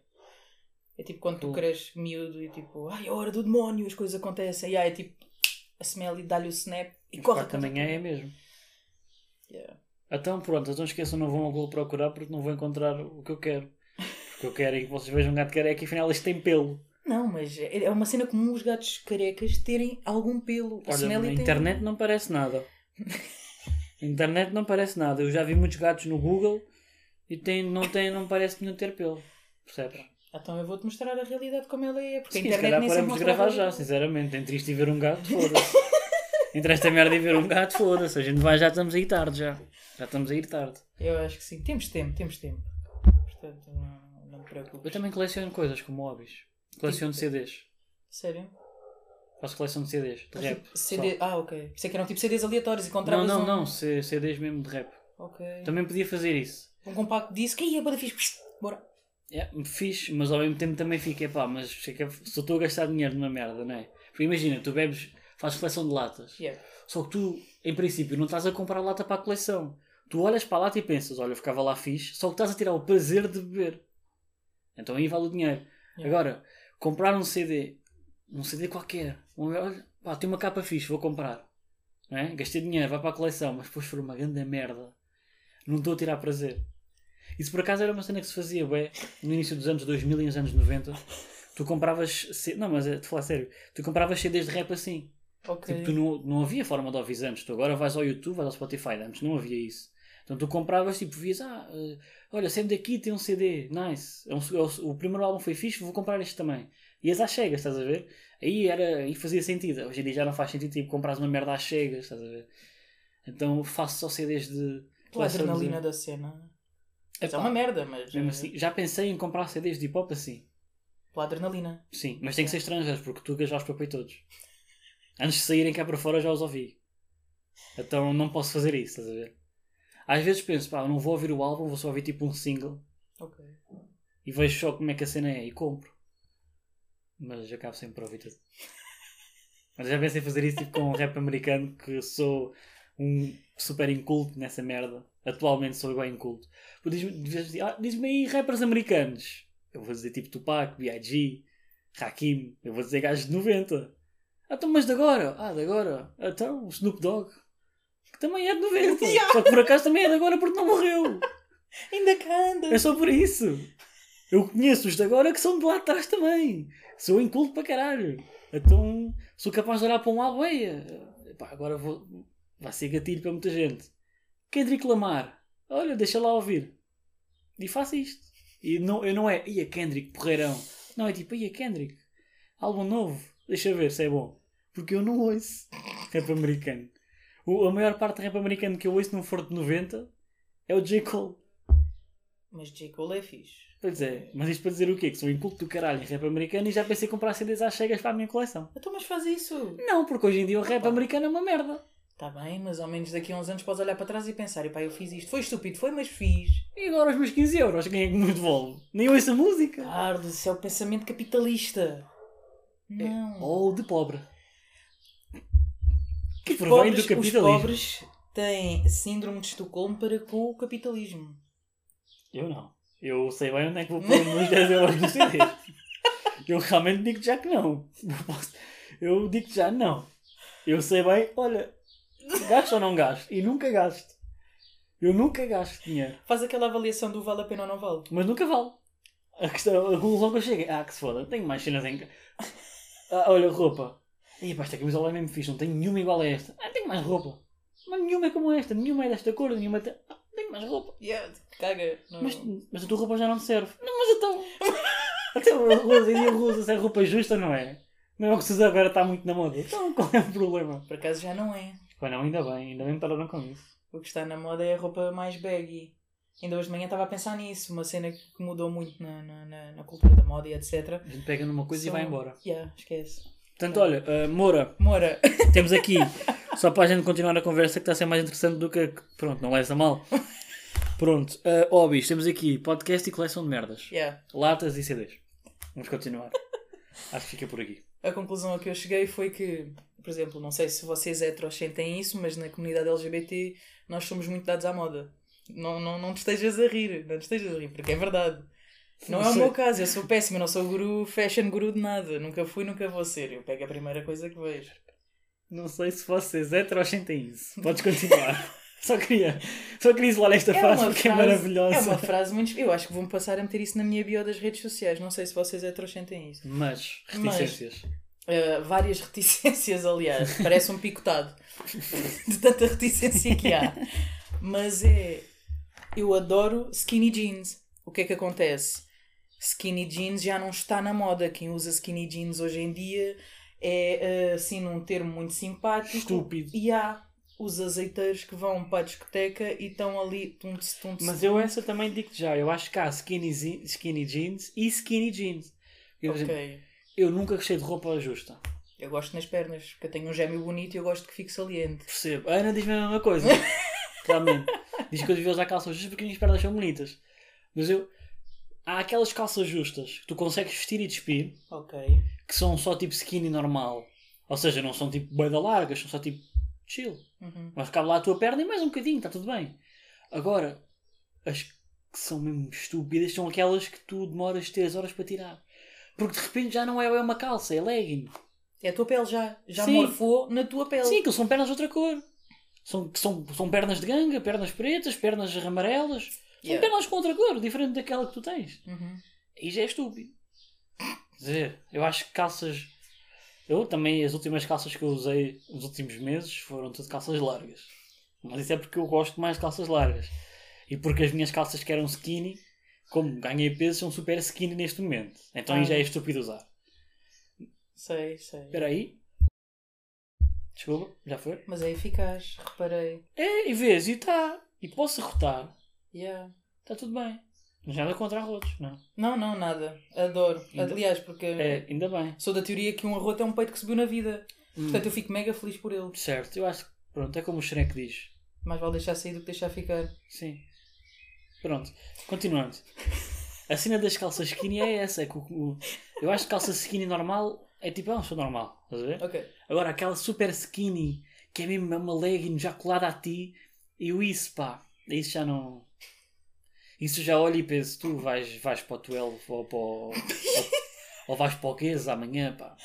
Speaker 3: É tipo quando tu
Speaker 2: Cool.
Speaker 3: cresces miúdo e tipo, ai, é hora do demónio, as coisas acontecem. Yeah, é tipo, a Smelly dá-lhe o snap e
Speaker 2: Mas
Speaker 3: corre a
Speaker 2: quatro da
Speaker 3: casa
Speaker 2: manhã é
Speaker 3: toda.
Speaker 2: mesmo.
Speaker 3: Yeah.
Speaker 2: Então pronto, então esqueçam, não vão ao Google procurar porque não vou encontrar o que eu quero. Porque eu quero é que vocês vejam um gato careca e afinal isto tem pelo.
Speaker 3: Não, mas é é uma cena comum os gatos carecas terem algum pelo. A
Speaker 2: Olha,
Speaker 3: Smelly
Speaker 2: na
Speaker 3: tem-
Speaker 2: internet não parece nada. Na internet não parece nada. Eu já vi muitos gatos no Google e tem, não, tem, não parece nenhum ter pelo. Percebes?
Speaker 3: Então eu vou-te mostrar a realidade como ela é, porque
Speaker 2: Sim,
Speaker 3: a
Speaker 2: se
Speaker 3: internet
Speaker 2: calhar
Speaker 3: nem sempre
Speaker 2: paramos de
Speaker 3: mostra a
Speaker 2: gravar já,
Speaker 3: realidade.
Speaker 2: sinceramente. Entre isto e ver um gato, foda-se. Entre esta merda e ver um gato, foda-se. A gente vai, já estamos a ir tarde já. Já estamos a ir tarde.
Speaker 3: Eu acho que sim. Temos tempo, temos tempo. Portanto, não,
Speaker 2: Eu
Speaker 3: não te preocupes.
Speaker 2: também coleciono coisas como hobbies. Coleciono CDs.
Speaker 3: Sério?
Speaker 2: Faço coleção de CDs, de rap.
Speaker 3: CD...
Speaker 2: só.
Speaker 3: Ah, ok. Pensei que eram tipo CDs aleatórios e
Speaker 2: Não,
Speaker 3: encontravas
Speaker 2: não,
Speaker 3: um...
Speaker 2: não, C- CDs mesmo de rap.
Speaker 3: Ok.
Speaker 2: Também podia fazer isso.
Speaker 3: Um compacto disse que ia, bora fixe. Bora.
Speaker 2: É, fiz, mas ao mesmo tempo também fica, epá, mas sei que é- só estou a gastar dinheiro numa merda, não é? Porque imagina, tu bebes, fazes coleção de latas.
Speaker 3: Yeah.
Speaker 2: Só que tu, em princípio, não estás a comprar lata para a coleção. Tu olhas para a lata e pensas, olha, eu ficava lá fixe, só que estás a tirar o prazer de beber. Então aí vale o dinheiro.
Speaker 3: Yeah.
Speaker 2: Agora, comprar um CD, um CD qualquer, um- olha, pá, tem uma capa fixe, vou comprar. Não é? Gastei dinheiro, vai para a coleção, mas depois for uma grande merda. Não estou a tirar prazer. Isso por acaso era uma cena que se fazia, bué, no início dos anos 2000 e nos anos 90. Tu compravas, C- não, mas é, de falar sério, tu compravas CDs de rap assim.
Speaker 3: Ok.
Speaker 2: Tipo, tu não, não havia forma de ouvir antes. Tu agora vais ao YouTube, vais ao Spotify. Antes não havia isso. Então tu compravas, tipo, vias, ah, eh, olha, sendo daqui tem um CD, nice. É um- é o, o primeiro álbum foi fixe, vou comprar este também. Ias às cegas, estás a ver? Aí era, aí fazia sentido. Hoje em dia já não faz sentido, tipo, compras uma merda às cegas, estás a ver? Então faço só CDs de.
Speaker 3: Pela
Speaker 2: coleção de-
Speaker 3: adrenalina da cena. Mas é
Speaker 2: Epá,
Speaker 3: uma merda, mas.
Speaker 2: mesmo assim, já pensei em comprar CDs de hip hop assim.
Speaker 3: Pela adrenalina.
Speaker 2: Sim, mas tem que ser estrangeiros, porque tu já os papei todos. Antes de saírem cá para fora já os ouvi. Então não posso fazer isso, estás a ver? Às vezes penso, pá, eu não vou ouvir o álbum, vou só ouvir tipo um single
Speaker 3: Ok.
Speaker 2: e vejo só como é que a cena é e compro. Mas acabo sempre por ouvir tudo. Mas já pensei em fazer isso tipo com um rap americano que sou um super inculto nessa merda. Atualmente sou igual inculto. Pô, Diz-me diz ah, diz-me aí rappers americanos. Eu vou dizer tipo Tupac, B.I.G., Hakim. Eu vou dizer gajos de 90. Ah, então, mas de agora? Ah, de agora. Então, o Snoop Dogg. Que também é de 90. Só que por acaso também é de agora porque não morreu.
Speaker 3: Ainda cá anda!
Speaker 2: É só por isso. Eu conheço os de agora que são de lá atrás também. Sou um inculto para caralho. Então sou capaz de olhar para um álbum e eh, pá, agora vou. Vai ser gatilho para muita gente. Kendrick Lamar. Olha, deixa lá ouvir. E faço isto. E não, eu não é. Ia Kendrick, porreirão. Não, é tipo, ia Kendrick. Álbum novo. Deixa ver se é bom. Porque eu não ouço rap americano. O- a maior parte de rap americano que eu ouço, não for de 90, é o J. Cole.
Speaker 3: Mas J. Cole é fixe.
Speaker 2: Pois é, mas isto para dizer o quê? Que sou inculto do caralho em rap americano e já pensei em comprar CDs às cegas para a minha coleção.
Speaker 3: Então, mas faz isso!
Speaker 2: Não, porque hoje em dia o rap americano é uma merda.
Speaker 3: Tá bem, mas ao menos daqui a uns anos podes olhar para trás e pensar: epá, eu fiz isto. Foi estúpido, foi, mas fiz.
Speaker 2: E agora os meus 15 euros, quem é que me devolve? Nem ouço a música.
Speaker 3: Carlos, isso é o pensamento capitalista. É, Não.
Speaker 2: Ou de pobre. Que
Speaker 3: Os
Speaker 2: provém do
Speaker 3: pobres-
Speaker 2: capitalismo.
Speaker 3: Os pobres têm síndrome de Estocolmo para com o capitalismo.
Speaker 2: Eu não. Eu sei bem onde é que vou pôr os meus 10 euros no CD. Eu realmente digo já que não. Eu, posso- eu digo já não. Eu sei bem, olha, gasto ou não gasto? E nunca gasto. Eu nunca gasto dinheiro.
Speaker 3: Faz aquela avaliação do vale a pena ou não vale.
Speaker 2: Mas nunca vale. A questão, a conclusão que eu chego é, ah, que se foda, tenho mais cenas em casa. Ah, olha, roupa. E pá, esta camisola é mesmo fixe, não tenho nenhuma igual a esta. Ah, tenho mais roupa. Mas nenhuma é como esta, nenhuma é desta cor, nenhuma tem... Ah, tenho mais roupa.
Speaker 3: Yeah, caga. Não.
Speaker 2: Mas, mas a tua roupa já não me serve. Não, mas então... Então, a Rosa, e a Rosa, se é roupa justa, não é? Não é o que se usa agora, está muito na moda. Então, qual é o problema?
Speaker 3: Por acaso já não é.
Speaker 2: Pá, não, ainda bem, ainda bem que pararam com isso.
Speaker 3: O que está na moda é a roupa mais baggy. Ainda hoje de manhã estava a pensar nisso, uma cena que mudou muito na, na, na- na cultura da moda e etc.
Speaker 2: A gente pega numa coisa e
Speaker 3: São-
Speaker 2: vai embora.
Speaker 3: Yeah, esquece.
Speaker 2: Portanto, olha, eh, Moura,
Speaker 3: Moura,
Speaker 2: temos aqui, só para a gente continuar a conversa que está a ser mais interessante do que. Pronto, não leves a mal. Pronto, eh, hobbies, temos aqui podcast e coleção de merdas.
Speaker 3: yeah.
Speaker 2: Latas e CDs. Vamos continuar. Acho que fica por aqui.
Speaker 3: a conclusão a que eu cheguei foi que, por exemplo, não sei se vocês heteros sentem isso, mas na comunidade LGBT nós somos muito dados à moda. Não, não, não te estejas a rir, não te estejas a rir, porque é verdade. Não, é o
Speaker 2: sei.
Speaker 3: meu caso, eu sou péssimo, eu não sou guru, fashion guru de nada, nunca fui, nunca vou ser. Eu pego a primeira coisa que vejo.
Speaker 2: Não sei se vocês heteros sentem isso. Podes continuar. só, queria, só queria isolar esta
Speaker 3: É
Speaker 2: frase
Speaker 3: uma
Speaker 2: porque
Speaker 3: frase-
Speaker 2: é maravilhosa.
Speaker 3: É uma frase muito. Eu acho que vou-me passar a meter isso na minha bio das redes sociais. Não sei se vocês heteros sentem isso.
Speaker 2: Mas,
Speaker 3: Mas-
Speaker 2: reticências.
Speaker 3: Uh, várias reticências, aliás. Parece um picotado. De tanta reticência que há. Mas é. Eu adoro skinny jeans. O que é que acontece? Skinny jeans já não está na moda. Quem usa skinny jeans hoje em dia é uh, assim num termo muito simpático.
Speaker 2: Estúpido.
Speaker 3: E há os azeiteiros que vão para a discoteca e estão ali. Tum-ts, tum-ts,
Speaker 2: Mas eu é assim, essa também digo já. Eu acho que há skinny, ze- skinny jeans e skinny jeans. Eu, por exemplo,
Speaker 3: Ok.
Speaker 2: eu nunca gostei de roupa justa.
Speaker 3: Eu gosto nas pernas, porque eu tenho um gêmeo bonito e eu gosto que fique saliente.
Speaker 2: Percebo. A Ana diz-me a mesma coisa. Realmente. Diz que eu devia usar calças justas porque as minhas pernas são bonitas. Mas eu... Há aquelas calças justas que tu consegues vestir e despir
Speaker 3: Ok.
Speaker 2: que são só tipo skinny normal. Ou seja, não são tipo bem largas, são só tipo chill.
Speaker 3: Uhum.
Speaker 2: Mas cabe lá a tua perna e mais um bocadinho, está tudo bem. Agora, as que são mesmo estúpidas são aquelas que tu demoras 3 horas para tirar. Porque de repente já não é bem uma calça, é legging.
Speaker 3: É a tua pele já. Já
Speaker 2: Sim.
Speaker 3: morfou na tua pele.
Speaker 2: Sim, aquilo são pernas de outra cor. São, que são, são pernas de ganga, pernas pretas, pernas amarelas. São
Speaker 3: Yeah.
Speaker 2: pernas com outra cor, diferente daquela que tu tens.
Speaker 3: Uhum.
Speaker 2: E já é estúpido. Quer dizer, eu acho que calças. Eu também, as últimas calças que eu usei nos últimos meses foram tudo calças largas. Mas isso é porque eu gosto mais de calças largas. E porque as minhas calças que eram skinny, como ganhei peso, são super skinny neste momento. Então aí já é estúpido usar.
Speaker 3: Sei, sei.
Speaker 2: Espera aí. Desculpa, já foi?
Speaker 3: Mas é eficaz, reparei.
Speaker 2: É, e vês, e está. E posso rotar,
Speaker 3: Yeah.
Speaker 2: está tudo bem. Não é nada contra arrotos, não.
Speaker 3: Não, não, nada. Adoro.
Speaker 2: Então-
Speaker 3: Aliás, porque
Speaker 2: É, ainda bem.
Speaker 3: sou da teoria que um arroto é um peito que subiu na vida. Portanto, eu fico mega feliz por ele.
Speaker 2: Certo, eu acho que. Pronto, é como o Shrek diz.
Speaker 3: Mais vale deixar sair do que deixar ficar.
Speaker 2: Sim. Pronto, continuando. A cena das calças skinny é essa. É que o, o- eu acho que calça skinny normal é tipo, ah, sou normal. Estás a ver?
Speaker 3: Ok.
Speaker 2: Agora, aquela super skinny que é mesmo uma legging já colada a ti, e o isso, pá, isso já não. Isso já olho e penso, tu vais, vais para o 12 ou para o. ou, ou vais para o Gueso amanhã, pá.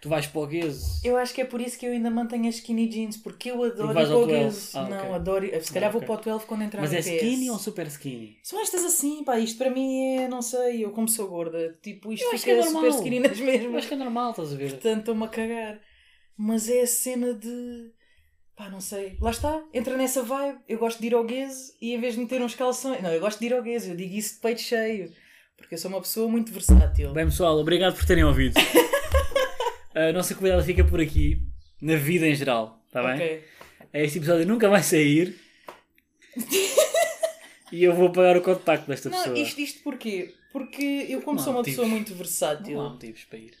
Speaker 2: Tu vais para o Gueso.
Speaker 3: Eu acho que é por isso que eu ainda mantenho as skinny jeans, porque eu adoro
Speaker 2: Porque vais ao 12.
Speaker 3: bogas.
Speaker 2: Ah,
Speaker 3: não,
Speaker 2: ok.
Speaker 3: adoro. Se calhar
Speaker 2: Ah,
Speaker 3: vou
Speaker 2: ok.
Speaker 3: para o 12 quando entrar
Speaker 2: Mas
Speaker 3: no
Speaker 2: é
Speaker 3: PS.
Speaker 2: skinny ou super skinny?
Speaker 3: São estas assim, pá, isto para mim é, não sei, eu como sou gorda, tipo, isto
Speaker 2: Eu acho
Speaker 3: fica
Speaker 2: que é
Speaker 3: super
Speaker 2: normal.
Speaker 3: skinny nas
Speaker 2: Eu
Speaker 3: mesmas,
Speaker 2: acho que é normal, estás a ver?
Speaker 3: portanto estou-me a cagar. Mas é a cena de, pá, não sei, lá está, entra nessa vibe, eu gosto de ir ao gueso e em vez de meter uns calções, não, eu gosto de ir ao gueso, eu digo isso de peito cheio, porque eu sou uma pessoa muito versátil.
Speaker 2: Bem, pessoal, obrigado por terem ouvido. A nossa convidada fica por aqui, na vida em geral, está tá bem?
Speaker 3: Ok.
Speaker 2: Este É episódio nunca vai sair. e eu vou pagar o contacto desta
Speaker 3: Não,
Speaker 2: pessoa.
Speaker 3: isto, isto porquê? Porque eu como
Speaker 2: Não há
Speaker 3: sou uma
Speaker 2: motivos.
Speaker 3: pessoa muito
Speaker 2: Não há
Speaker 3: versátil...
Speaker 2: motivos para ir.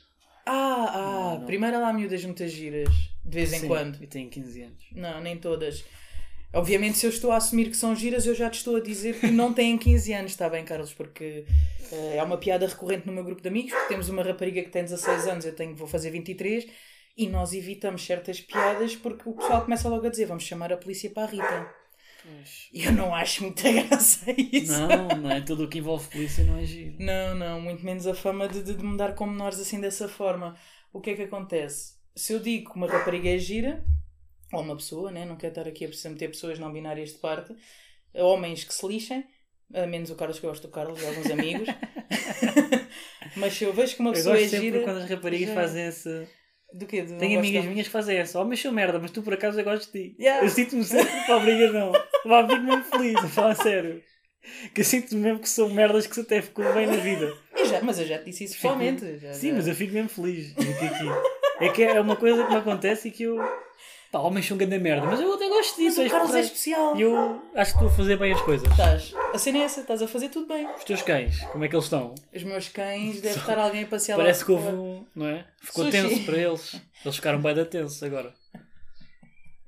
Speaker 3: Ah, ah,
Speaker 2: Não, não.
Speaker 3: primeiro ela há miúdas muitas giras, de vez em
Speaker 2: Sim,
Speaker 3: quando.
Speaker 2: Eu tenho 15 anos.
Speaker 3: Não, nem todas. Obviamente, se eu estou a assumir que são giras, eu já te estou a dizer que não têm 15 anos, está bem, Carlos? Porque eh, é uma piada recorrente no meu grupo de amigos, porque temos uma rapariga que tem 16 anos, eu tenho, vou fazer 23, e nós evitamos certas piadas porque o pessoal começa logo a dizer: vamos chamar a polícia para a Rita. E eu não acho muita graça a isso.
Speaker 2: Não, não é tudo o que envolve polícia não é giro.
Speaker 3: Não, não, muito menos a fama de, de, de mudar com menores assim dessa forma. O que é que acontece? se eu digo que uma rapariga é gira, ou uma pessoa, né? não quero estar aqui a precisar meter pessoas não binárias de parte, homens que se lixem, a menos o Carlos, que eu gosto do Carlos e alguns amigos. Mas se eu vejo que uma
Speaker 2: Eu
Speaker 3: pessoa
Speaker 2: gosto
Speaker 3: é
Speaker 2: sempre
Speaker 3: gira. é.
Speaker 2: quando as raparigas
Speaker 3: já-
Speaker 2: fazem esse.
Speaker 3: Do quê? Do
Speaker 2: Tenho
Speaker 3: não
Speaker 2: amigas
Speaker 3: gostar?
Speaker 2: minhas que fazem essa. Oh, mas sou merda, mas tu por acaso eu gosto de ti.
Speaker 3: Yeah.
Speaker 2: Eu sinto-me sempre obrigadão. Vá, fico mesmo feliz, a falar sério. Que eu sinto mesmo que são merdas que se até ficou bem na vida.
Speaker 3: Eu já- mas eu já te disse isso
Speaker 2: Fico-
Speaker 3: pessoalmente. já-
Speaker 2: Sim,
Speaker 3: já-
Speaker 2: mas eu fico mesmo feliz de ter aqui. É que é uma coisa que me acontece e que eu. Pá, homens são grande merda, mas eu até gosto
Speaker 3: Mas
Speaker 2: disso.
Speaker 3: o
Speaker 2: és
Speaker 3: Carlos é
Speaker 2: porreiro.
Speaker 3: especial.
Speaker 2: E eu acho que estou a fazer bem as coisas.
Speaker 3: Estás. A cena é essa, estás a fazer tudo bem.
Speaker 2: Os teus cães, como é que eles estão?
Speaker 3: Os meus cães, deve estar alguém a passear lá
Speaker 2: Parece que houve
Speaker 3: fora.
Speaker 2: um, não é? Ficou
Speaker 3: Sushi.
Speaker 2: tenso para eles. Eles ficaram bem da tensos agora.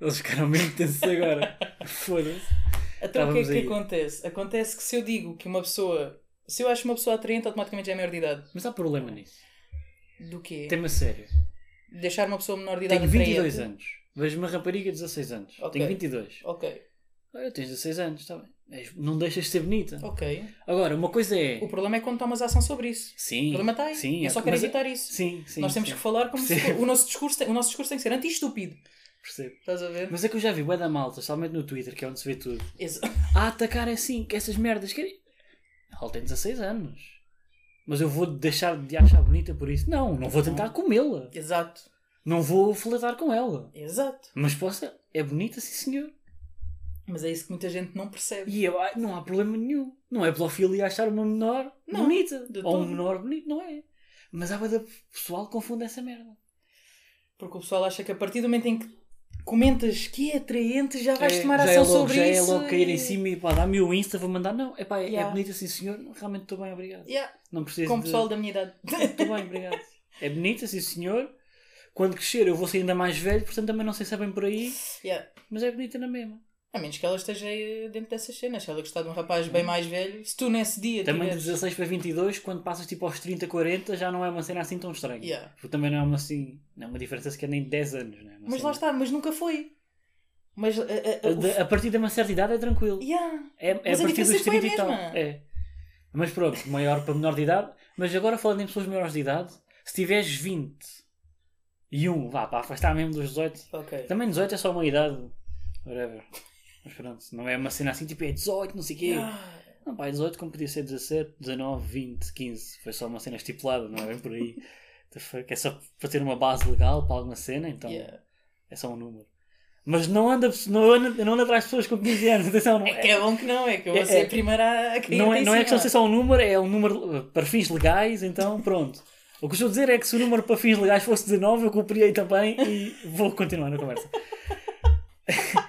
Speaker 2: Eles ficaram mesmo tensos agora. Foda-se.
Speaker 3: Então o que é
Speaker 2: Estávamos
Speaker 3: que
Speaker 2: aí.
Speaker 3: acontece? Acontece que se eu digo que uma pessoa. Se eu acho uma pessoa atraente, automaticamente já é maior de idade.
Speaker 2: Mas há problema nisso.
Speaker 3: Do quê?
Speaker 2: Tema sério.
Speaker 3: Deixar uma pessoa menor de idade
Speaker 2: Tenho 22
Speaker 3: atraente?
Speaker 2: anos. Vejo uma rapariga de 16 anos.
Speaker 3: Ok.
Speaker 2: Tenho 22.
Speaker 3: Ok,
Speaker 2: Olha, tens 16 anos, está bem. És- Não deixas de ser bonita.
Speaker 3: ok.
Speaker 2: Agora, uma coisa é.
Speaker 3: O problema é quando tomas ação sobre isso.
Speaker 2: Sim.
Speaker 3: O problema está aí.
Speaker 2: Sim,
Speaker 3: eu só
Speaker 2: é-
Speaker 3: quero
Speaker 2: mas-
Speaker 3: evitar isso.
Speaker 2: Sim, sim.
Speaker 3: Nós temos
Speaker 2: sim.
Speaker 3: que falar como se
Speaker 2: Percebo.
Speaker 3: o nosso discurso tem, o nosso discurso tem que ser anti-estúpido.
Speaker 2: Percebo.
Speaker 3: Estás a ver?
Speaker 2: Mas é que eu já vi bué da malta, somente no Twitter, que é onde se vê tudo.
Speaker 3: Ex-
Speaker 2: a atacar assim, que essas merdas. Que... Ela tem 16 anos. Mas eu vou deixar de achar bonita por isso. Não, não vou tentar comê-la.
Speaker 3: Exato.
Speaker 2: Não vou fletar com ela.
Speaker 3: Exato.
Speaker 2: Mas posso, é bonita, sim senhor.
Speaker 3: Mas é isso que muita gente não percebe.
Speaker 2: E eu, ai, não há problema nenhum. Não é pedofilia achar uma menor
Speaker 3: Não,
Speaker 2: bonita.
Speaker 3: de
Speaker 2: Ou um
Speaker 3: todo.
Speaker 2: menor bonito, não é. Mas a banda pessoal confunde essa merda.
Speaker 3: Porque o pessoal acha que a partir do momento em que comentas que é atraente, já vais
Speaker 2: É,
Speaker 3: tomar
Speaker 2: já
Speaker 3: ação
Speaker 2: é logo,
Speaker 3: sobre
Speaker 2: já
Speaker 3: isso.
Speaker 2: é logo cair
Speaker 3: e-
Speaker 2: em cima e pá, dá-me o Insta, vou mandar. Não, é pá, é,
Speaker 3: Yeah.
Speaker 2: é bonita, sim senhor. Realmente estou bem, obrigado.
Speaker 3: Yeah,
Speaker 2: Não preciso
Speaker 3: com o
Speaker 2: de-
Speaker 3: pessoal da minha idade.
Speaker 2: Estou bem, obrigado. É bonita, sim senhor. Quando crescer eu vou ser ainda mais velho, portanto também não sei se é bem por aí,
Speaker 3: Yeah.
Speaker 2: mas é bonita na mesma.
Speaker 3: A menos que ela esteja eh, dentro dessas cenas. Se ela gostar de um rapaz bem mais velho, se tu nesse dia
Speaker 2: Também de
Speaker 3: tiveres-
Speaker 2: 16 para 22, quando passas tipo aos 30, 40, já não é uma cena assim tão estranha.
Speaker 3: Yeah.
Speaker 2: Porque também não é uma assim, não é uma diferença sequer nem de 10 anos, não é? Uma
Speaker 3: Mas
Speaker 2: cena-
Speaker 3: lá está, mas nunca foi. Mas eh, a, a, a,
Speaker 2: A, de- a partir de uma certa idade é tranquilo.
Speaker 3: Yeah.
Speaker 2: É, é a
Speaker 3: Mas a
Speaker 2: partir dos
Speaker 3: diferença foi a
Speaker 2: 30 e tal.
Speaker 3: mesma.
Speaker 2: É. Mas pronto, maior para menor de idade. Mas agora falando em pessoas maiores de idade, se tiveres 20 e um, vá, para afastar mesmo dos 18,
Speaker 3: Ok.
Speaker 2: Também 18 é só uma idade. Whatever. Mas pronto, não é uma cena assim tipo é 18, não sei o quê.
Speaker 3: Yeah.
Speaker 2: Não, pá, é 18 como podia ser 17, 19, 20, 15. Foi só uma cena estipulada, não é bem por aí. The fuck, É só para ter uma base legal para alguma cena, então
Speaker 3: Yeah.
Speaker 2: é só um número. Mas não anda, não anda, não anda atrás de pessoas com 15 anos, atenção, não
Speaker 3: É que
Speaker 2: é.
Speaker 3: é bom que não, é que eu vou
Speaker 2: É-
Speaker 3: ser
Speaker 2: é-
Speaker 3: a primeira a cair
Speaker 2: Não é,
Speaker 3: em
Speaker 2: não é
Speaker 3: cima.
Speaker 2: questão de ser só um número, é um número uh, para fins legais, então pronto. O que eu estou a dizer é que se o número para fins legais fosse 19, eu copiei também e vou continuar na conversa.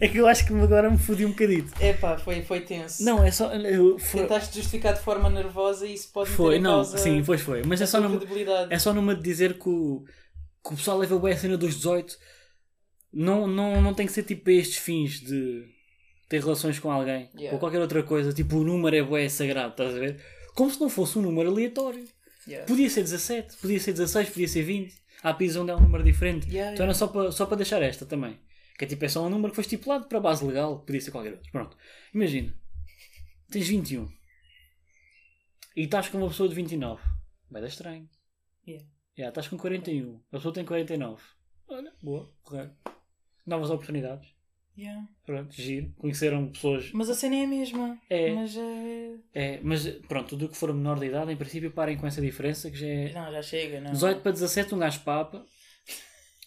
Speaker 2: é que eu acho que agora me fodi um bocadito.
Speaker 3: Epá, foi, foi tenso.
Speaker 2: Não, é só. eu- foi,
Speaker 3: Tentaste justificar de forma nervosa e isso pode meter
Speaker 2: foi
Speaker 3: em
Speaker 2: não,
Speaker 3: causa
Speaker 2: sim, pois foi. Mas é
Speaker 3: a
Speaker 2: só,
Speaker 3: tua
Speaker 2: numa,
Speaker 3: credibilidade.
Speaker 2: é só numa de dizer que o, que o pessoal leva bem a cena dos 18. Não, não, não tem que ser tipo para estes fins de ter relações com alguém
Speaker 3: Yeah.
Speaker 2: ou qualquer outra coisa. Tipo, o número é bué sagrado, estás a ver? Como se não fosse um número aleatório.
Speaker 3: Yeah.
Speaker 2: Podia ser 17, podia ser 16, podia ser 20. Há países onde é um número diferente.
Speaker 3: Yeah,
Speaker 2: então
Speaker 3: yeah.
Speaker 2: era só para só para deixar esta também. Que é tipo, é só um número que foi estipulado para base legal, podia ser qualquer outro. Pronto. Imagina, tens 21 e estás com uma pessoa de 29. Vai dar estranho.
Speaker 3: Yeah.
Speaker 2: Yeah, estás com 41, a pessoa tem 49. Olha, boa, correto. Novas oportunidades.
Speaker 3: Yeah.
Speaker 2: Pronto, giro. Conheceram pessoas.
Speaker 3: Mas a cena é a mesma.
Speaker 2: É.
Speaker 3: Mas eh,
Speaker 2: É, mas pronto, tudo o que for menor de idade, em princípio parem com essa diferença que já é,
Speaker 3: Não, já chega, não.
Speaker 2: 18 para 17, um gajo papa.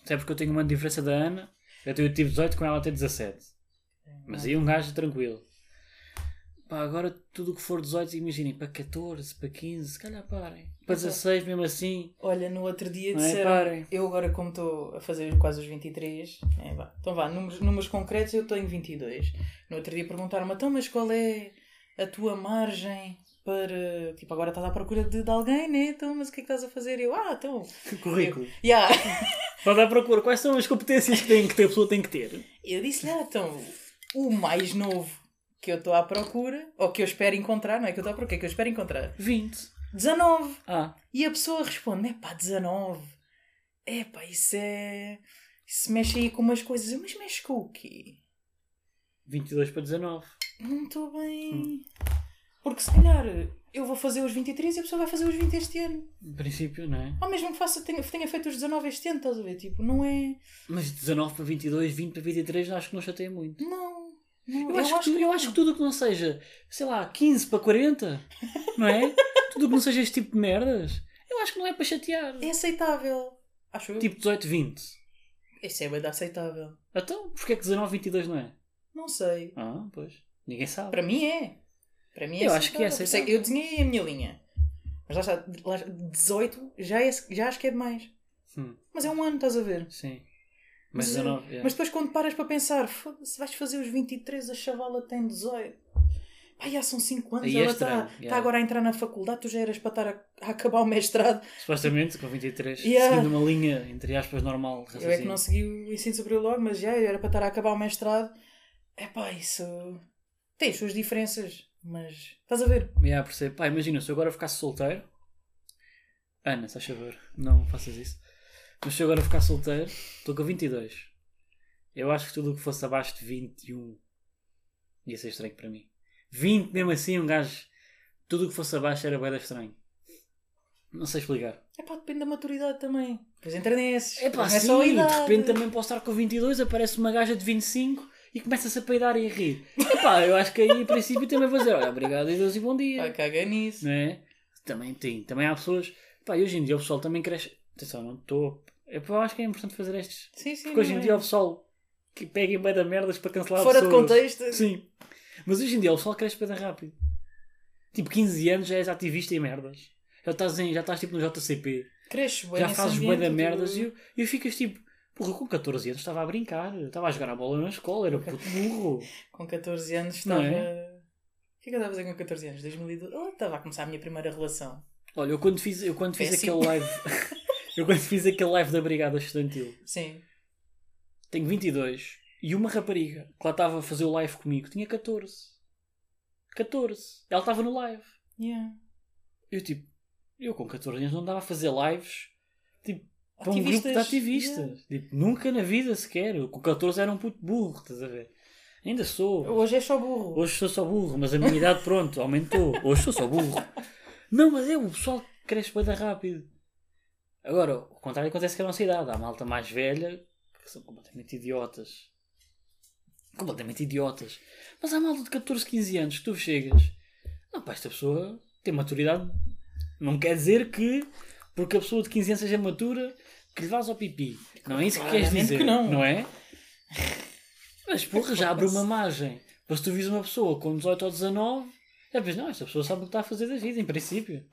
Speaker 2: Até porque eu tenho uma diferença da Ana. Eu tenho- eu tive 18 com ela até 17. Mas aí um gajo tranquilo. Pá, agora tudo o que for 18, imaginem, para 14, para 15, se calhar parem. Para 16 mesmo assim.
Speaker 3: Olha, no outro dia
Speaker 2: Não é?
Speaker 3: disseram.
Speaker 2: Parem.
Speaker 3: eu agora, como estou a fazer quase os 23, é, vá. então vá, números, números concretos eu tenho 22. No outro dia perguntaram-me, então, mas qual é a tua margem para. Tipo, agora estás à procura de, de alguém, né? Então, mas o que é que estás a fazer? Eu, ah, então.
Speaker 2: Currículo.
Speaker 3: Yeah.
Speaker 2: Para dar procura, quais são as competências que, tem, que a pessoa tem que ter?
Speaker 3: Eu disse-lhe, ah, então, o mais novo que eu estou à procura, ou que eu espero encontrar, não é que eu estou à procura, que eu espero encontrar,
Speaker 2: 20.
Speaker 3: 19.
Speaker 2: Ah,
Speaker 3: E a pessoa responde: é pá, 19. É pá, isso é. Isso mexe aí com umas coisas. Eu, Mas mexe com o quê?
Speaker 2: 22 para 19. Hum.
Speaker 3: Não estou bem. Porque se calhar eu vou fazer os 23 e a pessoa vai fazer os 20 este ano.
Speaker 2: Em princípio, não é?
Speaker 3: Ou mesmo que faça, tenha, tenha feito os 19 este ano, estás a ver? Tipo, não é.
Speaker 2: Mas 19 para 22, 20 para 23, acho que não chateia muito.
Speaker 3: Não. não.
Speaker 2: Eu, acho, que, tu- eu acho que tudo o que não seja, sei lá, 15 para 40, não é? tudo o que não seja este tipo de merdas, eu acho que não é para chatear.
Speaker 3: É aceitável. Acho eu.
Speaker 2: Tipo 18, 20.
Speaker 3: Isso é bem aceitável.
Speaker 2: Então, porquê é que 19, 22 não é?
Speaker 3: Não sei.
Speaker 2: Ah, pois. Ninguém sabe.
Speaker 3: Para mim é. Para mim é
Speaker 2: Eu acho que é
Speaker 3: aceitável.
Speaker 2: aceitável.
Speaker 3: Eu desenhei a minha linha. Mas lá está, lá está, 18 já, é, já acho que é demais.
Speaker 2: Hum,
Speaker 3: Mas é um ano, estás a ver?
Speaker 2: sim. Mas é.
Speaker 3: Mas, eh,
Speaker 2: 19, yeah.
Speaker 3: Mas depois quando paras para pensar, se vais fazer os 23, a chavala tem 18. Pá, já são 5 anos,
Speaker 2: Aí é
Speaker 3: ela está
Speaker 2: estranho, yeah.
Speaker 3: agora a entrar na faculdade, tu já eras para estar a, a acabar o mestrado.
Speaker 2: Supostamente, com 23,
Speaker 3: Yeah.
Speaker 2: seguindo uma linha, entre aspas, normal.
Speaker 3: Eu é que não
Speaker 2: raciocínio.
Speaker 3: segui o ensino superior logo, mas já eu era para estar a acabar o mestrado. É pá, isso tem as suas diferenças, mas estás a ver?
Speaker 2: Yeah, percebo. Pá, imagina, se eu agora ficasse solteiro. Ana, se faz favor, não faças isso. Mas se eu agora ficar solteiro, estou com 22. Eu acho que tudo o que fosse abaixo de 21 ia ser estranho para mim. 20, mesmo assim, um gajo. Tudo o que fosse abaixo era bem estranho. Não sei explicar.
Speaker 3: É pá, depende da maturidade também. Pois entra nesses.
Speaker 2: É pá,
Speaker 3: Não
Speaker 2: sim,
Speaker 3: a
Speaker 2: de
Speaker 3: idade.
Speaker 2: repente também posso estar com 22, aparece uma gaja de 25 e começa-se a peidar e a rir. É pá, eu acho que aí, em princípio, também vou dizer: olha, obrigado e Deus e bom dia.
Speaker 3: Pá, caga nisso.
Speaker 2: não é? Também tem. Também há pessoas. Pá, e hoje em dia o pessoal também cresce. Atenção, não estou. Eu pá, acho que é importante fazer estes.
Speaker 3: Sim, sim.
Speaker 2: Porque hoje em
Speaker 3: não é?
Speaker 2: dia o pessoal que pega em bué da merdas para cancelar
Speaker 3: Fora de
Speaker 2: pessoas.
Speaker 3: contexto.
Speaker 2: Sim. Mas hoje em dia o pessoal cresce bem rápido. Tipo, 15 anos já és ativista em merdas. Já estás, em, já estás tipo no JCP.
Speaker 3: Cresce, bué
Speaker 2: já
Speaker 3: nesse
Speaker 2: fazes bué da
Speaker 3: ambiente,
Speaker 2: merdas
Speaker 3: tu-
Speaker 2: e eu, e eu ficas tipo. Porra, com 14 anos estava a brincar. Estava a jogar a bola na escola. Era puto burro.
Speaker 3: Com 14 anos
Speaker 2: Não
Speaker 3: estava.
Speaker 2: é?
Speaker 3: O que é que eu estava a fazer com 14 anos? 2012? Eu Ah, estava a começar a minha primeira relação.
Speaker 2: Olha, eu quando fiz, eu quando fiz
Speaker 3: Péssimo.
Speaker 2: aquele live... eu quando fiz aquele live da Brigada Estudantil.
Speaker 3: Sim.
Speaker 2: tenho 22 e uma rapariga que lá estava a fazer o live comigo tinha 14. 14. Ela estava no live.
Speaker 3: Yeah.
Speaker 2: Eu tipo, eu com 14 anos não dava a fazer lives tipo, para um grupo de ativistas.
Speaker 3: yeah.
Speaker 2: Tipo, nunca na vida sequer. Eu com 14 era um puto burro, estás a ver? Ainda sou.
Speaker 3: Hoje é só burro.
Speaker 2: Hoje sou só burro, mas a minha idade, pronto, aumentou. Hoje sou só burro. Não, mas é, o pessoal cresce bem rápido. Agora, o contrário acontece com a nossa idade. Há malta mais velha que são completamente idiotas. Completamente idiotas. Mas há malta de 14, 15 anos que tu chegas. Não, pá, esta pessoa tem maturidade. Não quer dizer que, porque a pessoa de 15 anos seja matura, que lhe vás ao pipi. Não é isso que queres
Speaker 3: Claramente
Speaker 2: dizer,
Speaker 3: que não.
Speaker 2: não é? Mas porra, já abre uma margem. Mas se tu vis uma pessoa com 18 ou 19, já vês, não, esta pessoa sabe o que está a fazer da vida, em princípio.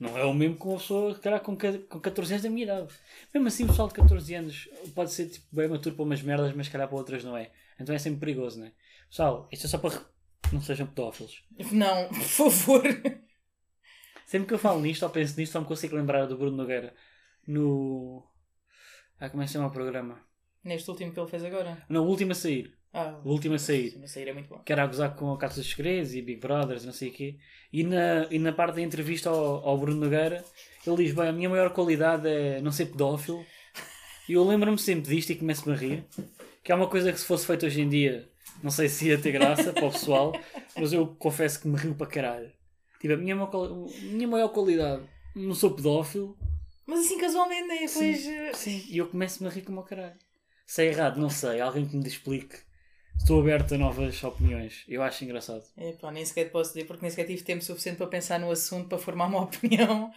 Speaker 2: Não é o mesmo que uma pessoa que era com ca- com 14 anos da minha idade. Mesmo assim, o pessoal de 14 anos pode ser tipo, bem maturo para umas merdas, mas se calhar para outras não é. Então é sempre perigoso, não é? Pessoal, isto é só para que não sejam pedófilos.
Speaker 3: Não, por favor.
Speaker 2: Sempre que eu falo nisto ou penso nisto, só me consigo lembrar do Bruno Nogueira no. Ah, como é que se chama o programa?
Speaker 3: Neste último que ele fez agora.
Speaker 2: Não, o último a sair.
Speaker 3: Ah,
Speaker 2: O último a sair.
Speaker 3: Mas sair é muito bom.
Speaker 2: que era a gozar com a Casa dos Segredos e Big Brothers e não sei o quê. E na, e na parte da entrevista ao, ao Bruno Nogueira, ele diz: Bem, a minha maior qualidade é não ser pedófilo. E eu lembro-me sempre disto e começo-me a rir. Que é uma coisa que se fosse feito hoje em dia, não sei se ia ter graça para o pessoal, mas eu confesso que me rio para caralho. Tipo, a minha, maior qual- a minha maior qualidade, não sou pedófilo.
Speaker 3: Mas assim casualmente, né? depois. eh,
Speaker 2: Sim, e eu começo-me a rir como o caralho. Se é errado, não sei. Alguém que me explique. Estou aberto a novas opiniões. Eu acho engraçado.
Speaker 3: Epá, nem sequer posso dizer porque nem sequer tive tempo suficiente para pensar no assunto, para formar uma opinião.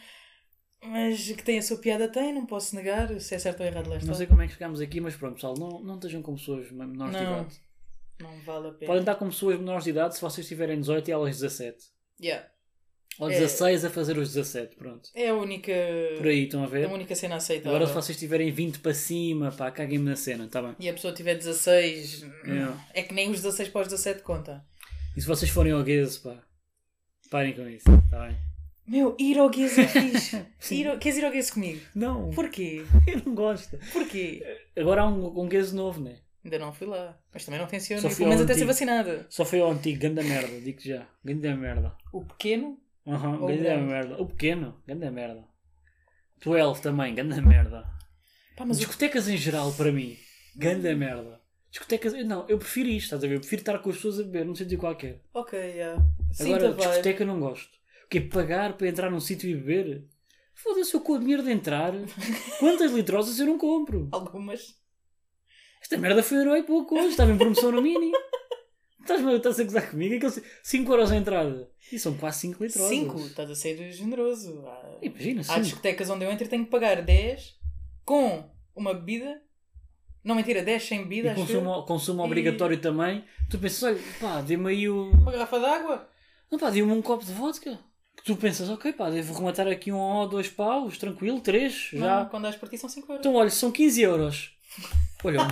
Speaker 3: Mas que tem a sua piada, tem, não posso negar. Se é certo ou errado, lá está.
Speaker 2: Não sei como é que chegámos aqui, mas pronto, pessoal, não, não estejam com pessoas men- menores de
Speaker 3: Não.
Speaker 2: idade.
Speaker 3: Não vale a pena.
Speaker 2: Podem estar com pessoas menores de idade se vocês tiverem 18 e elas 17.
Speaker 3: Yeah.
Speaker 2: Ou
Speaker 3: É.
Speaker 2: 16 a fazer os 17, pronto.
Speaker 3: É a única.
Speaker 2: Por aí, estão a
Speaker 3: A
Speaker 2: ver?
Speaker 3: única cena aceitável.
Speaker 2: Agora se vocês tiverem 20 para cima, pá, caguem-me na cena, está bem?
Speaker 3: E a pessoa tiver 16.
Speaker 2: Yeah.
Speaker 3: É que nem os 16 para os 17 conta.
Speaker 2: E se vocês forem ao gueso, pá, parem com isso, está bem?
Speaker 3: Meu, ir ao Guiz é fixe. Ir ao- Queres ir ao Guiz comigo?
Speaker 2: Não,
Speaker 3: Porquê?
Speaker 2: eu não gosto.
Speaker 3: Porquê?
Speaker 2: Agora há um, um gueso novo, né?
Speaker 3: Ainda não fui lá. Mas também não funciona.
Speaker 2: Só
Speaker 3: E
Speaker 2: fui
Speaker 3: Pelo
Speaker 2: ao
Speaker 3: menos até ser
Speaker 2: antigo.
Speaker 3: vacinada.
Speaker 2: Só foi ao antigo, ganda merda, digo já. Ganda merda.
Speaker 3: O pequeno?
Speaker 2: Aham,
Speaker 3: Ou
Speaker 2: ganda
Speaker 3: grande.
Speaker 2: merda. O pequeno, ganda merda. 12 também, ganda merda.
Speaker 3: Pá, Ah, mas o...
Speaker 2: Discotecas em geral, para mim, grande merda. Discotecas, não, eu prefiro isto, estás a ver? Eu prefiro estar com as pessoas a beber, não sentido qualquer.
Speaker 3: Ok, yeah.
Speaker 2: Agora,
Speaker 3: Sinta bem.
Speaker 2: discoteca não gosto. Que é pagar para entrar num sítio e beber? Foda-se, eu com o dinheiro de entrar. Quantas litrosas eu não compro?
Speaker 3: Algumas.
Speaker 2: Esta merda foi um euro e pouco hoje, estava em promoção no mini. Estás-me estás a gozar comigo? Aqueles 5 euros a entrada. E são quase 5 litrosas.
Speaker 3: Cinco. Estás a ser generoso. Há,
Speaker 2: Imagina,
Speaker 3: há
Speaker 2: 5.
Speaker 3: discotecas onde eu entro e tenho que pagar 10 com uma bebida. Não, mentira, 10 sem bebida.
Speaker 2: E
Speaker 3: acho eu.
Speaker 2: consumo, consumo
Speaker 3: E-
Speaker 2: obrigatório também. Tu pensas, olha, pá, dê-me aí um o.
Speaker 3: Uma garrafa de água.
Speaker 2: Não, pá, dê-me um copo de vodka. Que tu pensas, ok, pá, devo rematar aqui um ou dois paus, tranquilo, três, já.
Speaker 3: Não, quando dás por ti são 5 euros.
Speaker 2: Então, olha, são 15 euros. Olha, um-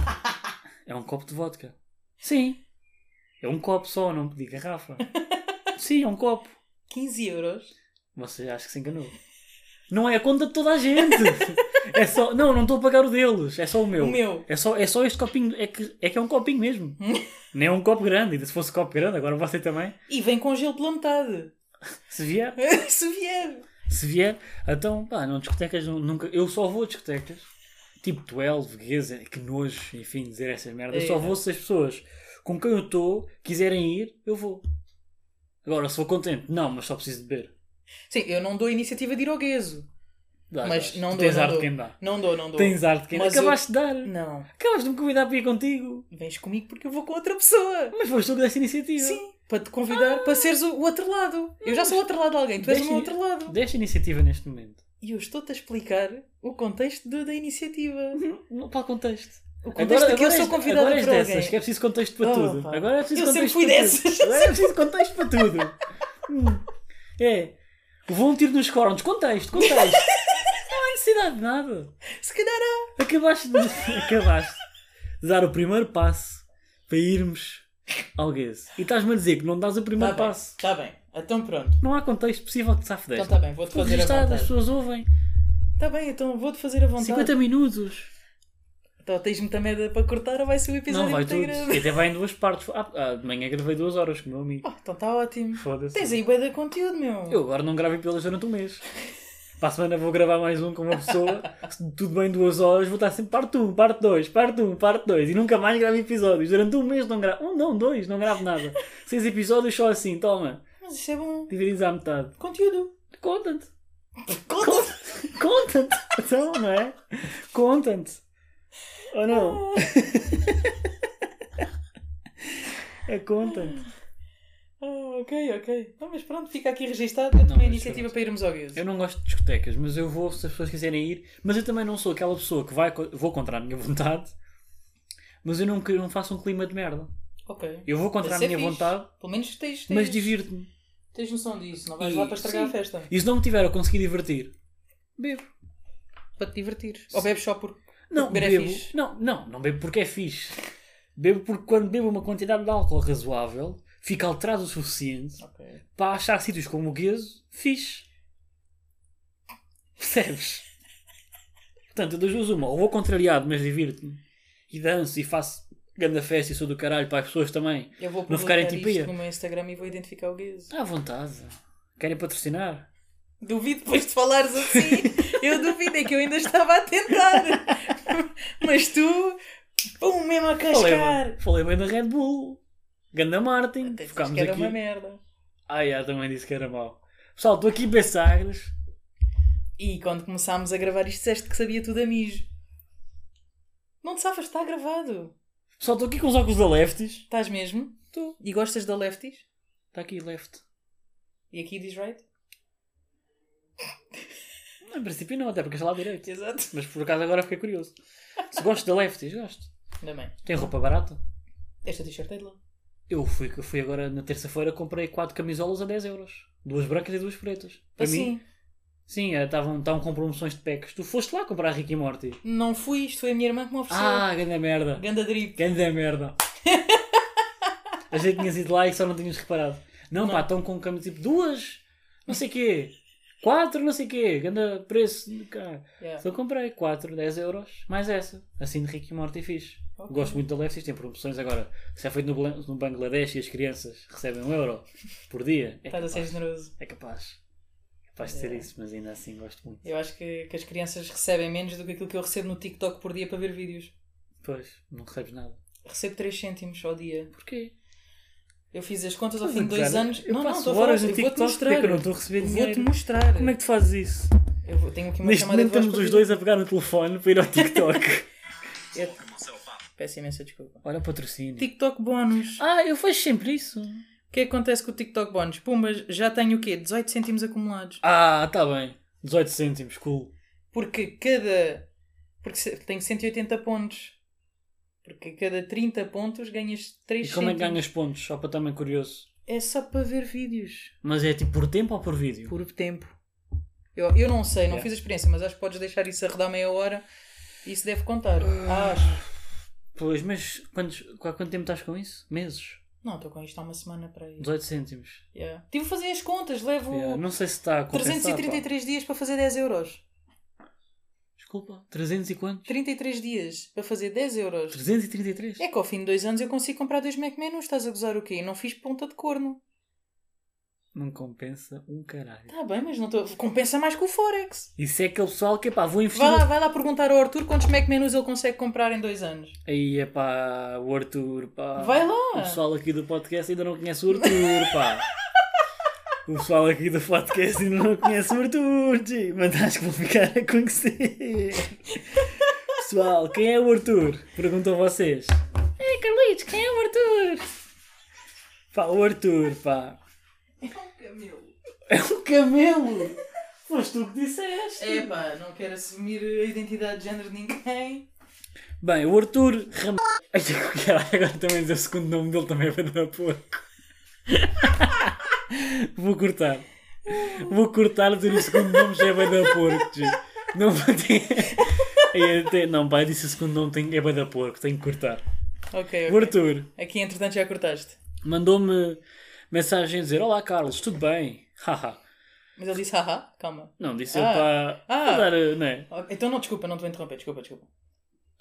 Speaker 2: é um copo de vodka. Sim. É um copo só, não pedi garrafa. Sim, é um copo.
Speaker 3: 15 euros.
Speaker 2: Você acha que se enganou. Não é a conta de toda a gente. É só. Não, não estou a pagar o deles. É só o meu.
Speaker 3: O meu.
Speaker 2: É só, é só este copinho. É que, é que é um copinho mesmo. Nem é um copo grande. Ainda se fosse copo grande, agora você também.
Speaker 3: E vem com gelo pela metade.
Speaker 2: Se vier.
Speaker 3: Se vier.
Speaker 2: Se vier, então, pá, não discotecas nu- nunca. Eu só vou a discotecas, tipo 12, Gueza, que nojo, enfim, dizer essas merdas. Eu só
Speaker 3: É.
Speaker 2: vou se as pessoas com quem eu estou quiserem ir, eu vou. Agora, se vou contente, não, mas só preciso de beber.
Speaker 3: Sim, eu não dou a iniciativa de ir ao gueso.
Speaker 2: Dá,
Speaker 3: Mas
Speaker 2: dá.
Speaker 3: não
Speaker 2: Tu
Speaker 3: dou,
Speaker 2: tens
Speaker 3: não
Speaker 2: ar de
Speaker 3: dou.
Speaker 2: quem dá.
Speaker 3: Não dou, não dou.
Speaker 2: Tens ar de quem dá.
Speaker 3: Mas eu-
Speaker 2: Acabaste de dar.
Speaker 3: Não.
Speaker 2: Acabaste de me convidar para ir contigo.
Speaker 3: Vens comigo porque eu vou com outra pessoa.
Speaker 2: Mas foste tu que deste a iniciativa.
Speaker 3: Sim, para te convidar para seres o o outro lado. eu já sou o outro lado de alguém, tu és o meu
Speaker 2: Deixa-
Speaker 3: outro lado.
Speaker 2: Deste a iniciativa neste momento.
Speaker 3: E eu estou-te a explicar o contexto de- da iniciativa.
Speaker 2: Não, para o contexto.
Speaker 3: O contexto de que eu sou
Speaker 2: és-
Speaker 3: convidada
Speaker 2: agora és
Speaker 3: por alguém.
Speaker 2: dessas, que é preciso contexto para
Speaker 3: Oh,
Speaker 2: tudo.
Speaker 3: pá.
Speaker 2: Agora é preciso
Speaker 3: Eu sempre
Speaker 2: contexto
Speaker 3: fui
Speaker 2: para
Speaker 3: dessas.
Speaker 2: tudo. Agora é preciso contexto para tudo. Hum. É. Levou um tiro nos cornos. Contexto, contexto. Não há necessidade de nada.
Speaker 3: Se calhar há.
Speaker 2: Acabaste de, acabaste de dar o primeiro passo para irmos ao Gueso. E estás-me a dizer que não dás o
Speaker 3: Tá
Speaker 2: primeiro
Speaker 3: bem,
Speaker 2: passo.
Speaker 3: tá bem. Então pronto.
Speaker 2: Não há contexto possível que safe
Speaker 3: Então
Speaker 2: desta.
Speaker 3: tá bem, vou-te
Speaker 2: Foi
Speaker 3: fazer a
Speaker 2: registado, as
Speaker 3: vontade.
Speaker 2: pessoas ouvem.
Speaker 3: Tá bem, então vou-te fazer a vontade.
Speaker 2: 50 minutos.
Speaker 3: Então tens-me também de- para cortar ou vai ser o episódio
Speaker 2: Não vai
Speaker 3: inteiro?
Speaker 2: tudo. E até vai em duas partes. Ah, ah, de manhã gravei duas horas com o meu amigo.
Speaker 3: Oh, então está ótimo.
Speaker 2: Foda-se.
Speaker 3: Tens aí um. bué de conteúdo, meu.
Speaker 2: Eu agora não gravei pelas durante um mês. Para a semana vou gravar mais um com uma pessoa. Se tudo bem, duas horas, vou estar sempre parte 1, parte 2, parte 1, parte 2. E nunca mais gravo episódios. Durante um mês não gravo. Um, não, dois, não gravo nada. Seis episódios só assim, toma.
Speaker 3: Mas isso é bom.
Speaker 2: Divididos à metade.
Speaker 3: Conteúdo.
Speaker 2: Conta-te.
Speaker 3: Conteúdo.
Speaker 2: Conta-te. Então, não é? Conta-te. Ou não? É conta-te.
Speaker 3: Ah, ok, ok. Não, mas pronto, fica aqui registado. Eu
Speaker 2: Não,
Speaker 3: tomei a
Speaker 2: mas
Speaker 3: iniciativa
Speaker 2: pronto.
Speaker 3: para irmos ao Gueso.
Speaker 2: Eu não gosto de discotecas, mas eu vou se as pessoas quiserem ir. Mas eu também não sou aquela pessoa que vai, co- vou contra a minha vontade. Mas eu não, que- não faço um clima de merda.
Speaker 3: Ok.
Speaker 2: Eu vou contra a
Speaker 3: Isso é
Speaker 2: minha
Speaker 3: fixe. é
Speaker 2: vontade,
Speaker 3: Pelo menos tens, tens,
Speaker 2: mas divirto-me.
Speaker 3: tens noção disso. Não vais
Speaker 2: E-
Speaker 3: lá para estragar
Speaker 2: sim.
Speaker 3: a festa.
Speaker 2: E se não me tiver a conseguir divertir, bebo.
Speaker 3: Para te divertir. Ou bebes só por.
Speaker 2: Não,
Speaker 3: Beber é
Speaker 2: bebo.
Speaker 3: fixe.
Speaker 2: Não, não, não bebo porque é fixe. Bebo porque quando bebo uma quantidade de álcool razoável, fico alterado o suficiente
Speaker 3: Ok.
Speaker 2: para achar sítios como o Gueso fixe. Percebes? Portanto, das duas uma. Ou vou contrariado, mas divirto-me. E danço e faço grande festa e sou do caralho para as pessoas também.
Speaker 3: Eu vou
Speaker 2: Não ficarem
Speaker 3: publicar
Speaker 2: tipo
Speaker 3: isto
Speaker 2: eu.
Speaker 3: no meu Instagram e vou identificar o Gueso.
Speaker 2: À vontade. Querem patrocinar?
Speaker 3: Duvido depois de falares assim. eu duvido, é que eu ainda estava a tentar. mas tu. Pum, mesmo a
Speaker 2: Falei
Speaker 3: cascar.
Speaker 2: bem, falei bem da Red Bull. Ganda Martin.
Speaker 3: Até disseste
Speaker 2: Ficámos
Speaker 3: que era
Speaker 2: aqui.
Speaker 3: uma merda.
Speaker 2: Ai, ah, também disse que era mau. Pessoal, estou aqui em Bessagres.
Speaker 3: E quando começámos a gravar isto, disseste que sabia tudo a mijo. Não te safas, está gravado.
Speaker 2: Pessoal, estou aqui com os óculos da Lefties.
Speaker 3: Estás mesmo? Tu. E gostas da Lefties?
Speaker 2: Está aqui, Left.
Speaker 3: E aqui diz right?
Speaker 2: Em princípio não, até porque está lá direito.
Speaker 3: Exato.
Speaker 2: Mas por acaso agora fiquei curioso. Se gosto da Lefties, gosto.
Speaker 3: Ainda bem.
Speaker 2: Tem roupa barata?
Speaker 3: Esta t-shirt é de lá.
Speaker 2: Eu fui, eu fui agora na terça-feira, comprei quatro camisolas a 10 euros. Duas brancas e duas pretas. Para mim?
Speaker 3: Assim,
Speaker 2: Sim, eh, estavam estavam com promoções de packs. Tu foste lá comprar Rick e Morty.
Speaker 3: não fui, isto foi a minha irmã que me ofereceu.
Speaker 2: Ah, grande merda.
Speaker 3: Ganda drip.
Speaker 2: Grande merda. Achei que tinhas ido lá e só não tinhas reparado. Não, pá, estão com camisas tipo duas, não sei quê. Quatro, não sei quê. Grande preço. do cara.
Speaker 3: Yeah.
Speaker 2: Então comprei 4, 10 euros, mais essa. Assim de rico e morto e fixe.
Speaker 3: Ok.
Speaker 2: Gosto muito da Lefties, tem promoções agora. Se é feito no, Blan- no Bangladesh e as crianças recebem um euro por dia, é
Speaker 3: Estás a
Speaker 2: capaz.
Speaker 3: ser generoso.
Speaker 2: É capaz. É capaz de ser
Speaker 3: É.
Speaker 2: isso, mas ainda assim gosto muito.
Speaker 3: Eu acho que, que as crianças recebem menos do que aquilo que eu recebo no TikTok por dia para ver vídeos.
Speaker 2: Pois, não recebes nada.
Speaker 3: Recebo 3 cêntimos ao dia.
Speaker 2: Porquê?
Speaker 3: Eu fiz as contas ao
Speaker 2: Mas,
Speaker 3: fim de dois
Speaker 2: Zana,
Speaker 3: anos.
Speaker 2: Eu
Speaker 3: não, não,
Speaker 2: passo
Speaker 3: estou a falar.
Speaker 2: horas
Speaker 3: Eu
Speaker 2: no
Speaker 3: vou-te
Speaker 2: TikTok porque é
Speaker 3: mostrar.
Speaker 2: que eu não estou a receber
Speaker 3: Vou-te
Speaker 2: dinheiro.
Speaker 3: mostrar.
Speaker 2: Como é que tu fazes isso?
Speaker 3: Eu vou- tenho aqui uma
Speaker 2: Neste
Speaker 3: chamada
Speaker 2: momento
Speaker 3: de voz
Speaker 2: estamos
Speaker 3: para
Speaker 2: os
Speaker 3: ti.
Speaker 2: dois a pegar no telefone para ir ao TikTok.
Speaker 3: Peço imensa desculpa.
Speaker 2: Olha o patrocínio.
Speaker 3: TikTok bónus.
Speaker 2: Ah, eu faço sempre isso.
Speaker 3: O que é que acontece com o TikTok bónus? Pumbas, já tenho o quê? 18 cêntimos acumulados.
Speaker 2: Ah, tá bem. 18 cêntimos, cool.
Speaker 3: Porque cada. Porque se- tenho 180 pontos. Porque a cada 30 pontos ganhas 3
Speaker 2: E como é que
Speaker 3: cêntimos.
Speaker 2: ganhas pontos? Só para também curioso.
Speaker 3: É só para ver vídeos.
Speaker 2: Mas é tipo por tempo ou por vídeo?
Speaker 3: Por tempo. Eu, eu não sei, não
Speaker 2: Yeah.
Speaker 3: fiz a experiência, mas acho que podes deixar isso a rodar meia hora. e Isso deve contar.
Speaker 2: Ah.
Speaker 3: Acho.
Speaker 2: Pois, mas quantos, há quanto tempo estás com isso? Meses?
Speaker 3: Não, estou com isto há uma semana para aí.
Speaker 2: 18 cêntimos.
Speaker 3: Yeah. Tive a fazer as contas, levo
Speaker 2: Yeah, Não sei se está a compensar.
Speaker 3: 333 dias para fazer 10 euros.
Speaker 2: pá. Desculpa, 300 e quantos?
Speaker 3: 33 dias para fazer 10 euros.
Speaker 2: 333?
Speaker 3: É que ao fim de dois anos eu consigo comprar dois Mac Menus, estás a gozar o quê? Não fiz ponta de corno.
Speaker 2: Não compensa um caralho.
Speaker 3: Tá bem, mas não estou. Compensa mais que o Forex.
Speaker 2: Isso é aquele pessoal que, pá, vou investir.
Speaker 3: Vai lá, vai lá perguntar ao Arthur quantos Mac Menus ele consegue comprar em dois anos.
Speaker 2: Aí é pá, o Arthur, pá.
Speaker 3: Vai
Speaker 2: Ah, O
Speaker 3: lá!
Speaker 2: pessoal aqui do podcast ainda não conhece o Arthur, pá. O pessoal aqui do podcast ainda não conhece o Arthur, tio. mas acho que vão ficar a conhecer. Pessoal, quem é o Arthur? Perguntam vocês. Ei, Carlitos, quem é o Arthur? Pá, o Arthur, pá. É um camelo. Foste tu que disseste.
Speaker 3: Epá, não quero assumir a identidade de género de ninguém.
Speaker 2: Bem, o Arthur Ram... Ai, que caralho, agora também dizer o segundo nome dele também é vai dar pouco. Vou cortar. Vou cortar dizer o segundo nome já é bem da porco. tio. Não vai ter. Aí é até- Não, pai, disse o segundo nome tem... é bem da porco, tenho que cortar.
Speaker 3: Ok,
Speaker 2: O
Speaker 3: ok.
Speaker 2: Arthur
Speaker 3: Aqui entretanto já cortaste.
Speaker 2: mandou-me mensagem a dizer: Olá Carlos, tudo bem? Haha.
Speaker 3: Mas ele disse haha, calma.
Speaker 2: Não, disse
Speaker 3: Ah.
Speaker 2: ele para.
Speaker 3: Ah.
Speaker 2: dar, eh, não é?
Speaker 3: Ok, Então não, desculpa, não te vou interromper, desculpa, desculpa.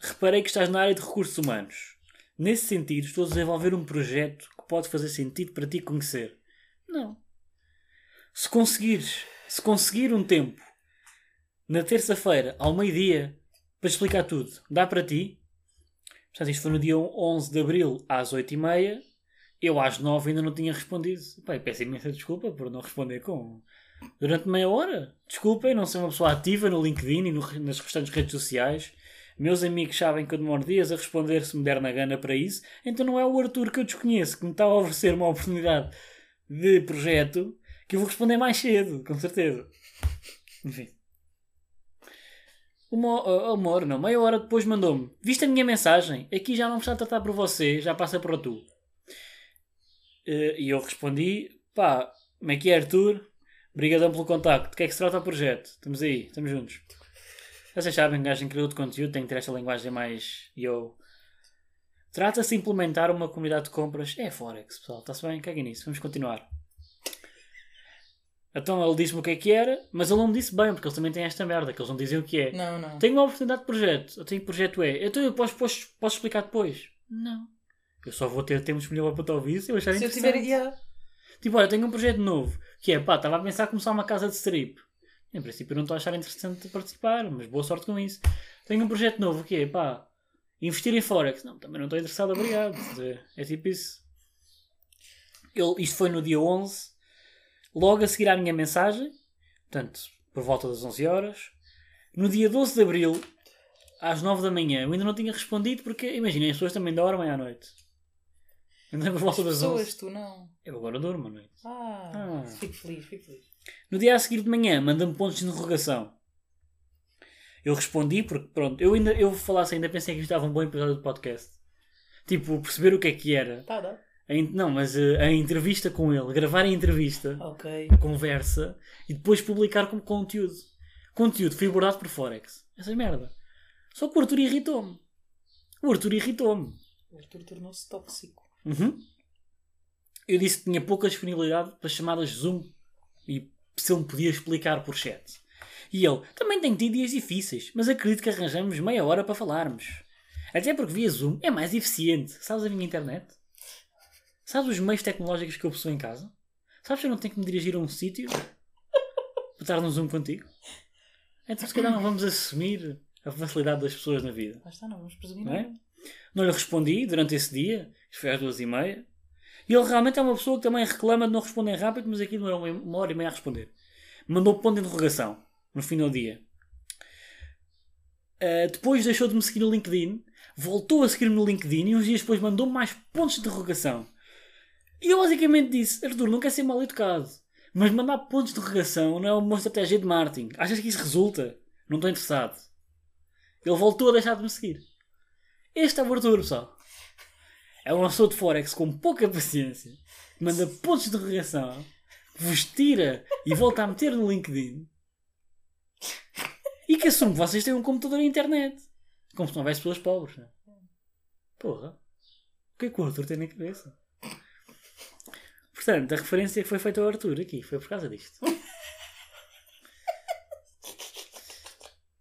Speaker 2: Reparei que estás na área de recursos humanos. Nesse sentido, estou a desenvolver um projeto que pode fazer sentido para ti conhecer. Não. Se conseguires, se conseguir um tempo, na terça-feira, ao meio-dia, para explicar tudo, dá para ti? Portanto, isto foi no dia 11 de abril, às 8h30. Eu, às 9 ainda não tinha respondido. Pai, peço imensa desculpa por não responder com... Durante meia hora. Desculpem, não ser uma pessoa ativa no LinkedIn e no- nas restantes redes sociais. Meus amigos sabem que eu demoro dias a responder se me der na gana para isso, então não é o Arthur que eu desconheço que me está a oferecer uma oportunidade de projeto que eu vou responder mais cedo, com certeza. Enfim. Uma, ho- uma hora, não, meia hora depois mandou-me. Viste a minha mensagem? Aqui já não me está a tratar por você, já passa para o tu. Eh, E eu respondi: pá, como é que é, Arthur? Obrigadão pelo contacto. De que é que se trata o projeto? Estamos aí, estamos juntos. Vocês sabem que um gajo em criador de conteúdo tem que ter esta linguagem mais yo. Trata-se de implementar uma comunidade de compras. É Forex, pessoal. Está-se bem? Caguem nisso. Vamos continuar. Então ele disse-me o que é que era, mas ele não me disse bem, porque eles também têm esta merda, que eles não dizem o que é.
Speaker 3: Não, não.
Speaker 2: Tenho uma oportunidade de projeto. Eu tenho projeto E. Então eu posso, posso, posso explicar depois? Não. Eu só vou ter tempo disponível para te ouvir se eu achar
Speaker 3: Se eu
Speaker 2: interessante.
Speaker 3: tiver. Yeah.
Speaker 2: Tipo, olha, tenho um projeto novo, que é, pá, estava a pensar em começar uma casa de strip. Em princípio eu não estou a achar interessante participar, mas boa sorte com isso. Tenho um projeto novo, que é, pá, investir em Forex. Não, também não estou interessado, obrigado. Quer dizer, É tipo isso. Ele, isto foi no dia 11, logo a seguir à minha mensagem, portanto, por volta das 11 horas. No dia 12 de Abril, às 9 da manhã, eu ainda não tinha respondido, porque, imaginem, as pessoas também dormem à noite. Ainda por volta das
Speaker 3: Pessoas,
Speaker 2: 11.
Speaker 3: tu não.
Speaker 2: Eu agora durmo à noite.
Speaker 3: Ah,
Speaker 2: Ah.
Speaker 3: fico feliz, fico feliz.
Speaker 2: No dia a seguir de manhã, manda-me pontos de interrogação. Eu respondi porque, pronto, eu ainda eu falasse ainda pensei que isto estava um bom episódio de podcast. Tipo, perceber o que é que era.
Speaker 3: Tá, dá.
Speaker 2: A in- não, mas eh, a, entrevista com ele, gravar a entrevista,
Speaker 3: Ok.
Speaker 2: a conversa e depois publicar como conteúdo. Conteúdo, fui abordado por Forex. Essa merda. Só que o Arthur irritou-me. O Arthur irritou-me.
Speaker 3: O Arthur tornou-se tóxico.
Speaker 2: Uhum. Eu disse que tinha pouca disponibilidade para chamadas Zoom e se ele me podia explicar por chat. E ele, também tenho tido dias difíceis, mas acredito que arranjamos meia hora para falarmos. Até porque via Zoom é mais eficiente. Sabes a minha internet? Sabes os meios tecnológicos que eu possuo em casa? Sabes que eu não tenho que me dirigir a um sítio para estar no Zoom contigo? Então se calhar não vamos assumir a facilidade das pessoas na vida
Speaker 3: Lá está, não vamos presumir
Speaker 2: Não é?
Speaker 3: nada.
Speaker 2: não lhe respondi durante esse dia, isto foi às duas e meia. E ele realmente é uma pessoa que também reclama de não responder rápido, mas aqui demorou uma- uma hora e meia a responder. Mandou ponto de interrogação no fim do dia. Uh, depois deixou de me seguir no LinkedIn, voltou a seguir-me no LinkedIn e uns dias depois mandou mais pontos de interrogação. E eu basicamente disse: Arthur, não quer ser mal educado, mas mandar pontos de interrogação não é uma estratégia de marketing. Achas que isso resulta? Não estou interessado. Ele voltou a deixar de me seguir. Este é o Arthur, pessoal. É uma pessoa de Forex com pouca paciência, que manda pontos de interrogação, vos tira e volta a meter no LinkedIn. E que assume que vocês têm um computador e internet. Como se não houvesse pessoas pobres, né? Porra. O que é que o Arthur tem na cabeça? Portanto, a referência que foi feita ao Arthur aqui foi por causa disto.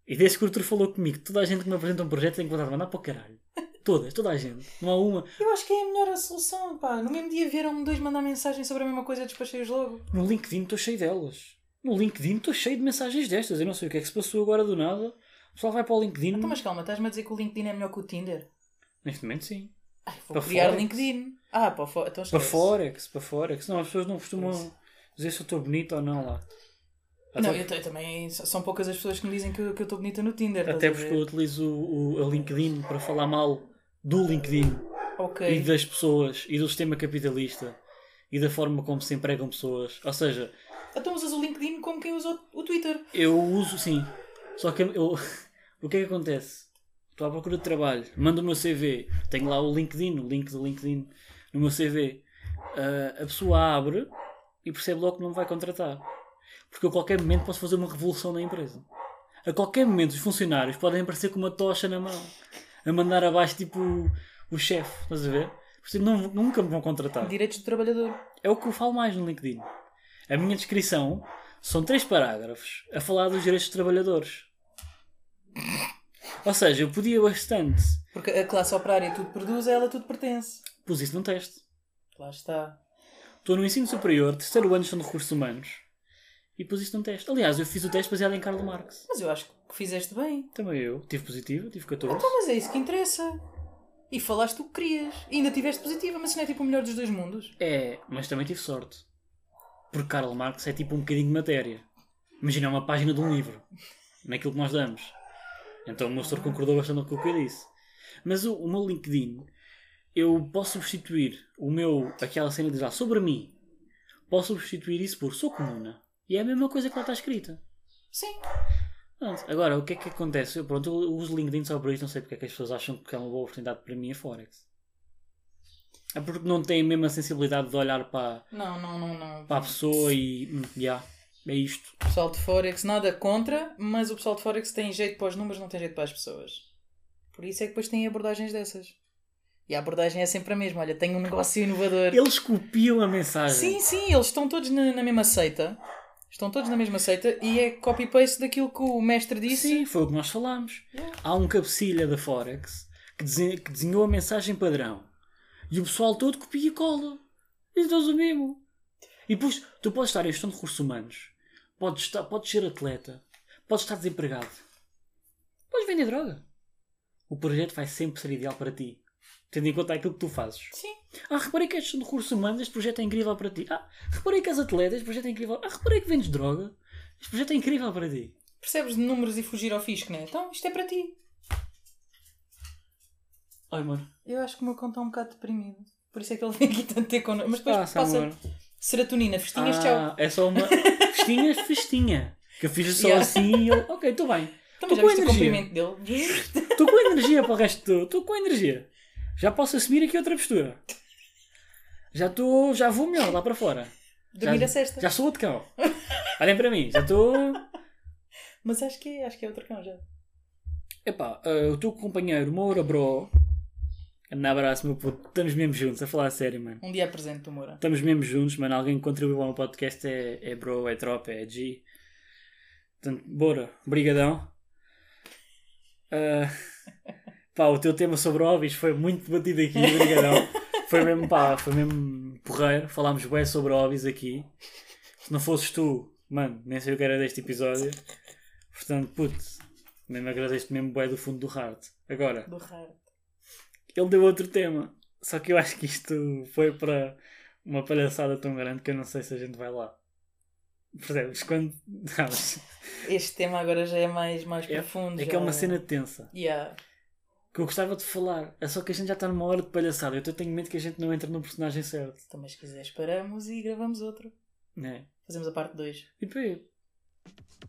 Speaker 2: E desde que o Arthur falou comigo, toda a gente que me apresenta um projeto tem que vontade de mandar para o caralho. Todas, toda a gente. Não há uma.
Speaker 3: Eu acho que é a melhor solução, pá. No mesmo dia vieram-me dois mandar mensagem sobre a mesma coisa, despachei-os logo.
Speaker 2: No LinkedIn estou cheio delas. No LinkedIn estou cheio de mensagens destas. Eu não sei o que é que se passou agora do nada. O pessoal vai para o LinkedIn.
Speaker 3: Então, mas calma, estás-me a dizer que o LinkedIn é melhor que o Tinder?
Speaker 2: Neste momento, sim.
Speaker 3: Ai, vou
Speaker 2: Para
Speaker 3: criar
Speaker 2: Forex.
Speaker 3: LinkedIn. Ah, para fora. Então,
Speaker 2: Para
Speaker 3: esquece.
Speaker 2: Forex, para Forex. Não, as pessoas não costumam dizer se eu estou bonito ou não lá. Até,
Speaker 3: Não, eu, t- eu também. s- São poucas as pessoas que me dizem que, eu- que eu estou bonita no Tinder. estás
Speaker 2: até
Speaker 3: a
Speaker 2: porque eu
Speaker 3: ver?
Speaker 2: utilizo o, o a LinkedIn para falar mal do LinkedIn e
Speaker 3: Ok.
Speaker 2: das pessoas e do sistema capitalista e da forma como se empregam pessoas. Ou seja,
Speaker 3: Então usas o LinkedIn como quem usa o, o Twitter.
Speaker 2: Eu uso, sim. Só que eu, o que é que acontece? Estou à procura de trabalho, mando o meu CV, tenho lá o LinkedIn, o link do LinkedIn no meu CV. Ah, a pessoa abre e percebe logo que não me vai contratar. Porque eu a qualquer momento posso fazer uma revolução na empresa. A qualquer momento os funcionários podem aparecer com uma tocha na mão, a mandar abaixo tipo o, o chefe, estás a ver? Portanto, não, nunca me vão contratar.
Speaker 3: Direitos do trabalhador.
Speaker 2: É o que eu falo mais no LinkedIn. A minha descrição são três parágrafos a falar dos direitos dos trabalhadores. Ou seja, eu podia bastante.
Speaker 3: Porque a classe operária tudo produz, a ela tudo pertence.
Speaker 2: Pus isso num teste.
Speaker 3: Lá está.
Speaker 2: Estou no ensino superior, terceiro ano de gestão de recursos humanos. E pus isso num teste. Aliás, eu fiz o teste baseado em Karl Marx.
Speaker 3: Mas eu acho que fizeste bem.
Speaker 2: Também eu. Tive positivo, tive 14.
Speaker 3: Então, mas é isso que interessa. E falaste o que querias. E ainda tiveste positiva, mas isso não é tipo o melhor dos dois mundos.
Speaker 2: É, mas também tive sorte. Porque Karl Marx é tipo um bocadinho de matéria. Imagina uma página de um livro, naquilo que nós damos. Então o meu senhor concordou bastante com o que eu disse. Mas o, o meu LinkedIn, eu posso substituir o meu, aquela cena de lá sobre mim, posso substituir isso por sou comuna. E é a mesma coisa que lá está escrita.
Speaker 3: Sim.
Speaker 2: Pronto, agora, o que é que acontece? Eu, pronto, eu uso LinkedIn só para isso, não sei porque é que as pessoas acham que é uma boa oportunidade para mim a Forex. É porque não têm mesmo a sensibilidade de olhar para
Speaker 3: Não, não, não, não.
Speaker 2: para a pessoa e. hum, já. é isto.
Speaker 3: O pessoal de Forex, nada contra, mas o pessoal de Forex tem jeito para os números, não tem jeito para as pessoas. Por isso é que depois têm abordagens dessas. E a abordagem é sempre a mesma. Olha, tenho um negócio inovador.
Speaker 2: Eles copiam a mensagem.
Speaker 3: Sim, sim, eles estão todos na, na mesma seita. Estão todos na mesma seita e é copy-paste daquilo que o mestre disse.
Speaker 2: Sim, foi o que nós falámos.
Speaker 3: Yeah.
Speaker 2: Há um cabecilha da Forex que, desen- que desenhou a mensagem padrão. E o pessoal todo copia e cola. E todos o mesmo. E depois, tu podes estar em gestão de recursos humanos, podes, estar, podes ser atleta, podes estar desempregado, podes vender droga. O projeto vai sempre ser ideal para ti, tendo em conta aquilo que tu fazes.
Speaker 3: Sim.
Speaker 2: Ah, reparei que és de recursos humanos, este projeto é incrível para ti. Ah, reparei que és atleta, este projeto é incrível. Ah, reparei que vendes droga, este projeto é incrível para ti.
Speaker 3: Percebes de números e fugir ao fisco, não é? Então, isto é para ti.
Speaker 2: Ai, mano.
Speaker 3: Eu acho que o meu cão está um bocado deprimido. Por isso é que ele vem aqui tanto ter connosco. Mas depois
Speaker 2: Passa,
Speaker 3: passa
Speaker 2: amor.
Speaker 3: serotonina, festinhas, tchau.
Speaker 2: Ah, é só uma. Festinha, festinha. Que eu fiz só
Speaker 3: Yeah.
Speaker 2: assim e ele. Ok, estou bem.
Speaker 3: Também já
Speaker 2: com
Speaker 3: viste o
Speaker 2: energia.
Speaker 3: cumprimento dele.
Speaker 2: Estou com energia para o resto do. Estou com energia. Já posso assumir aqui outra postura. Já estou. Já vou melhor lá para fora.
Speaker 3: Dormir
Speaker 2: já,
Speaker 3: a cesta.
Speaker 2: Já sou outro cão. Olhem para mim, já estou.
Speaker 3: Mas acho que, é- acho que é outro cão já.
Speaker 2: Epá, eh, o teu companheiro Moura Bro. Um abraço, meu puto. Estamos mesmo juntos, a falar a sério, mano.
Speaker 3: Um dia apresento o Moura.
Speaker 2: Estamos mesmo juntos, mano. Alguém que contribuiu ao meu podcast é, é Bro, é Tropa, é G. Portanto, bora. Brigadão. Ah, pá, o teu tema sobre hobbies foi muito debatido aqui, brigadão. Foi mesmo, pá, foi mesmo porreiro. Falámos bem sobre hobbies aqui. Se não fosses tu, mano, nem sei o que era deste episódio. Portanto, puto, mesmo agradeço-te mesmo bem do fundo do heart. Agora,
Speaker 3: Do raro.
Speaker 2: ele deu outro tema. Só que eu acho que isto foi para uma palhaçada tão grande que eu não sei se a gente vai lá. Percebes? Quando. Não, mas
Speaker 3: Este tema agora já é mais, mais
Speaker 2: É-
Speaker 3: profundo.
Speaker 2: é que
Speaker 3: já-
Speaker 2: é uma cena tensa.
Speaker 3: Yeah.
Speaker 2: Que eu gostava de falar. É só que a gente já está numa hora de palhaçada. Então eu tenho medo que a gente não entre no personagem certo.
Speaker 3: Então, mas se quiseres, paramos e gravamos outro.
Speaker 2: Né?
Speaker 3: Fazemos a parte 2.
Speaker 2: E pá,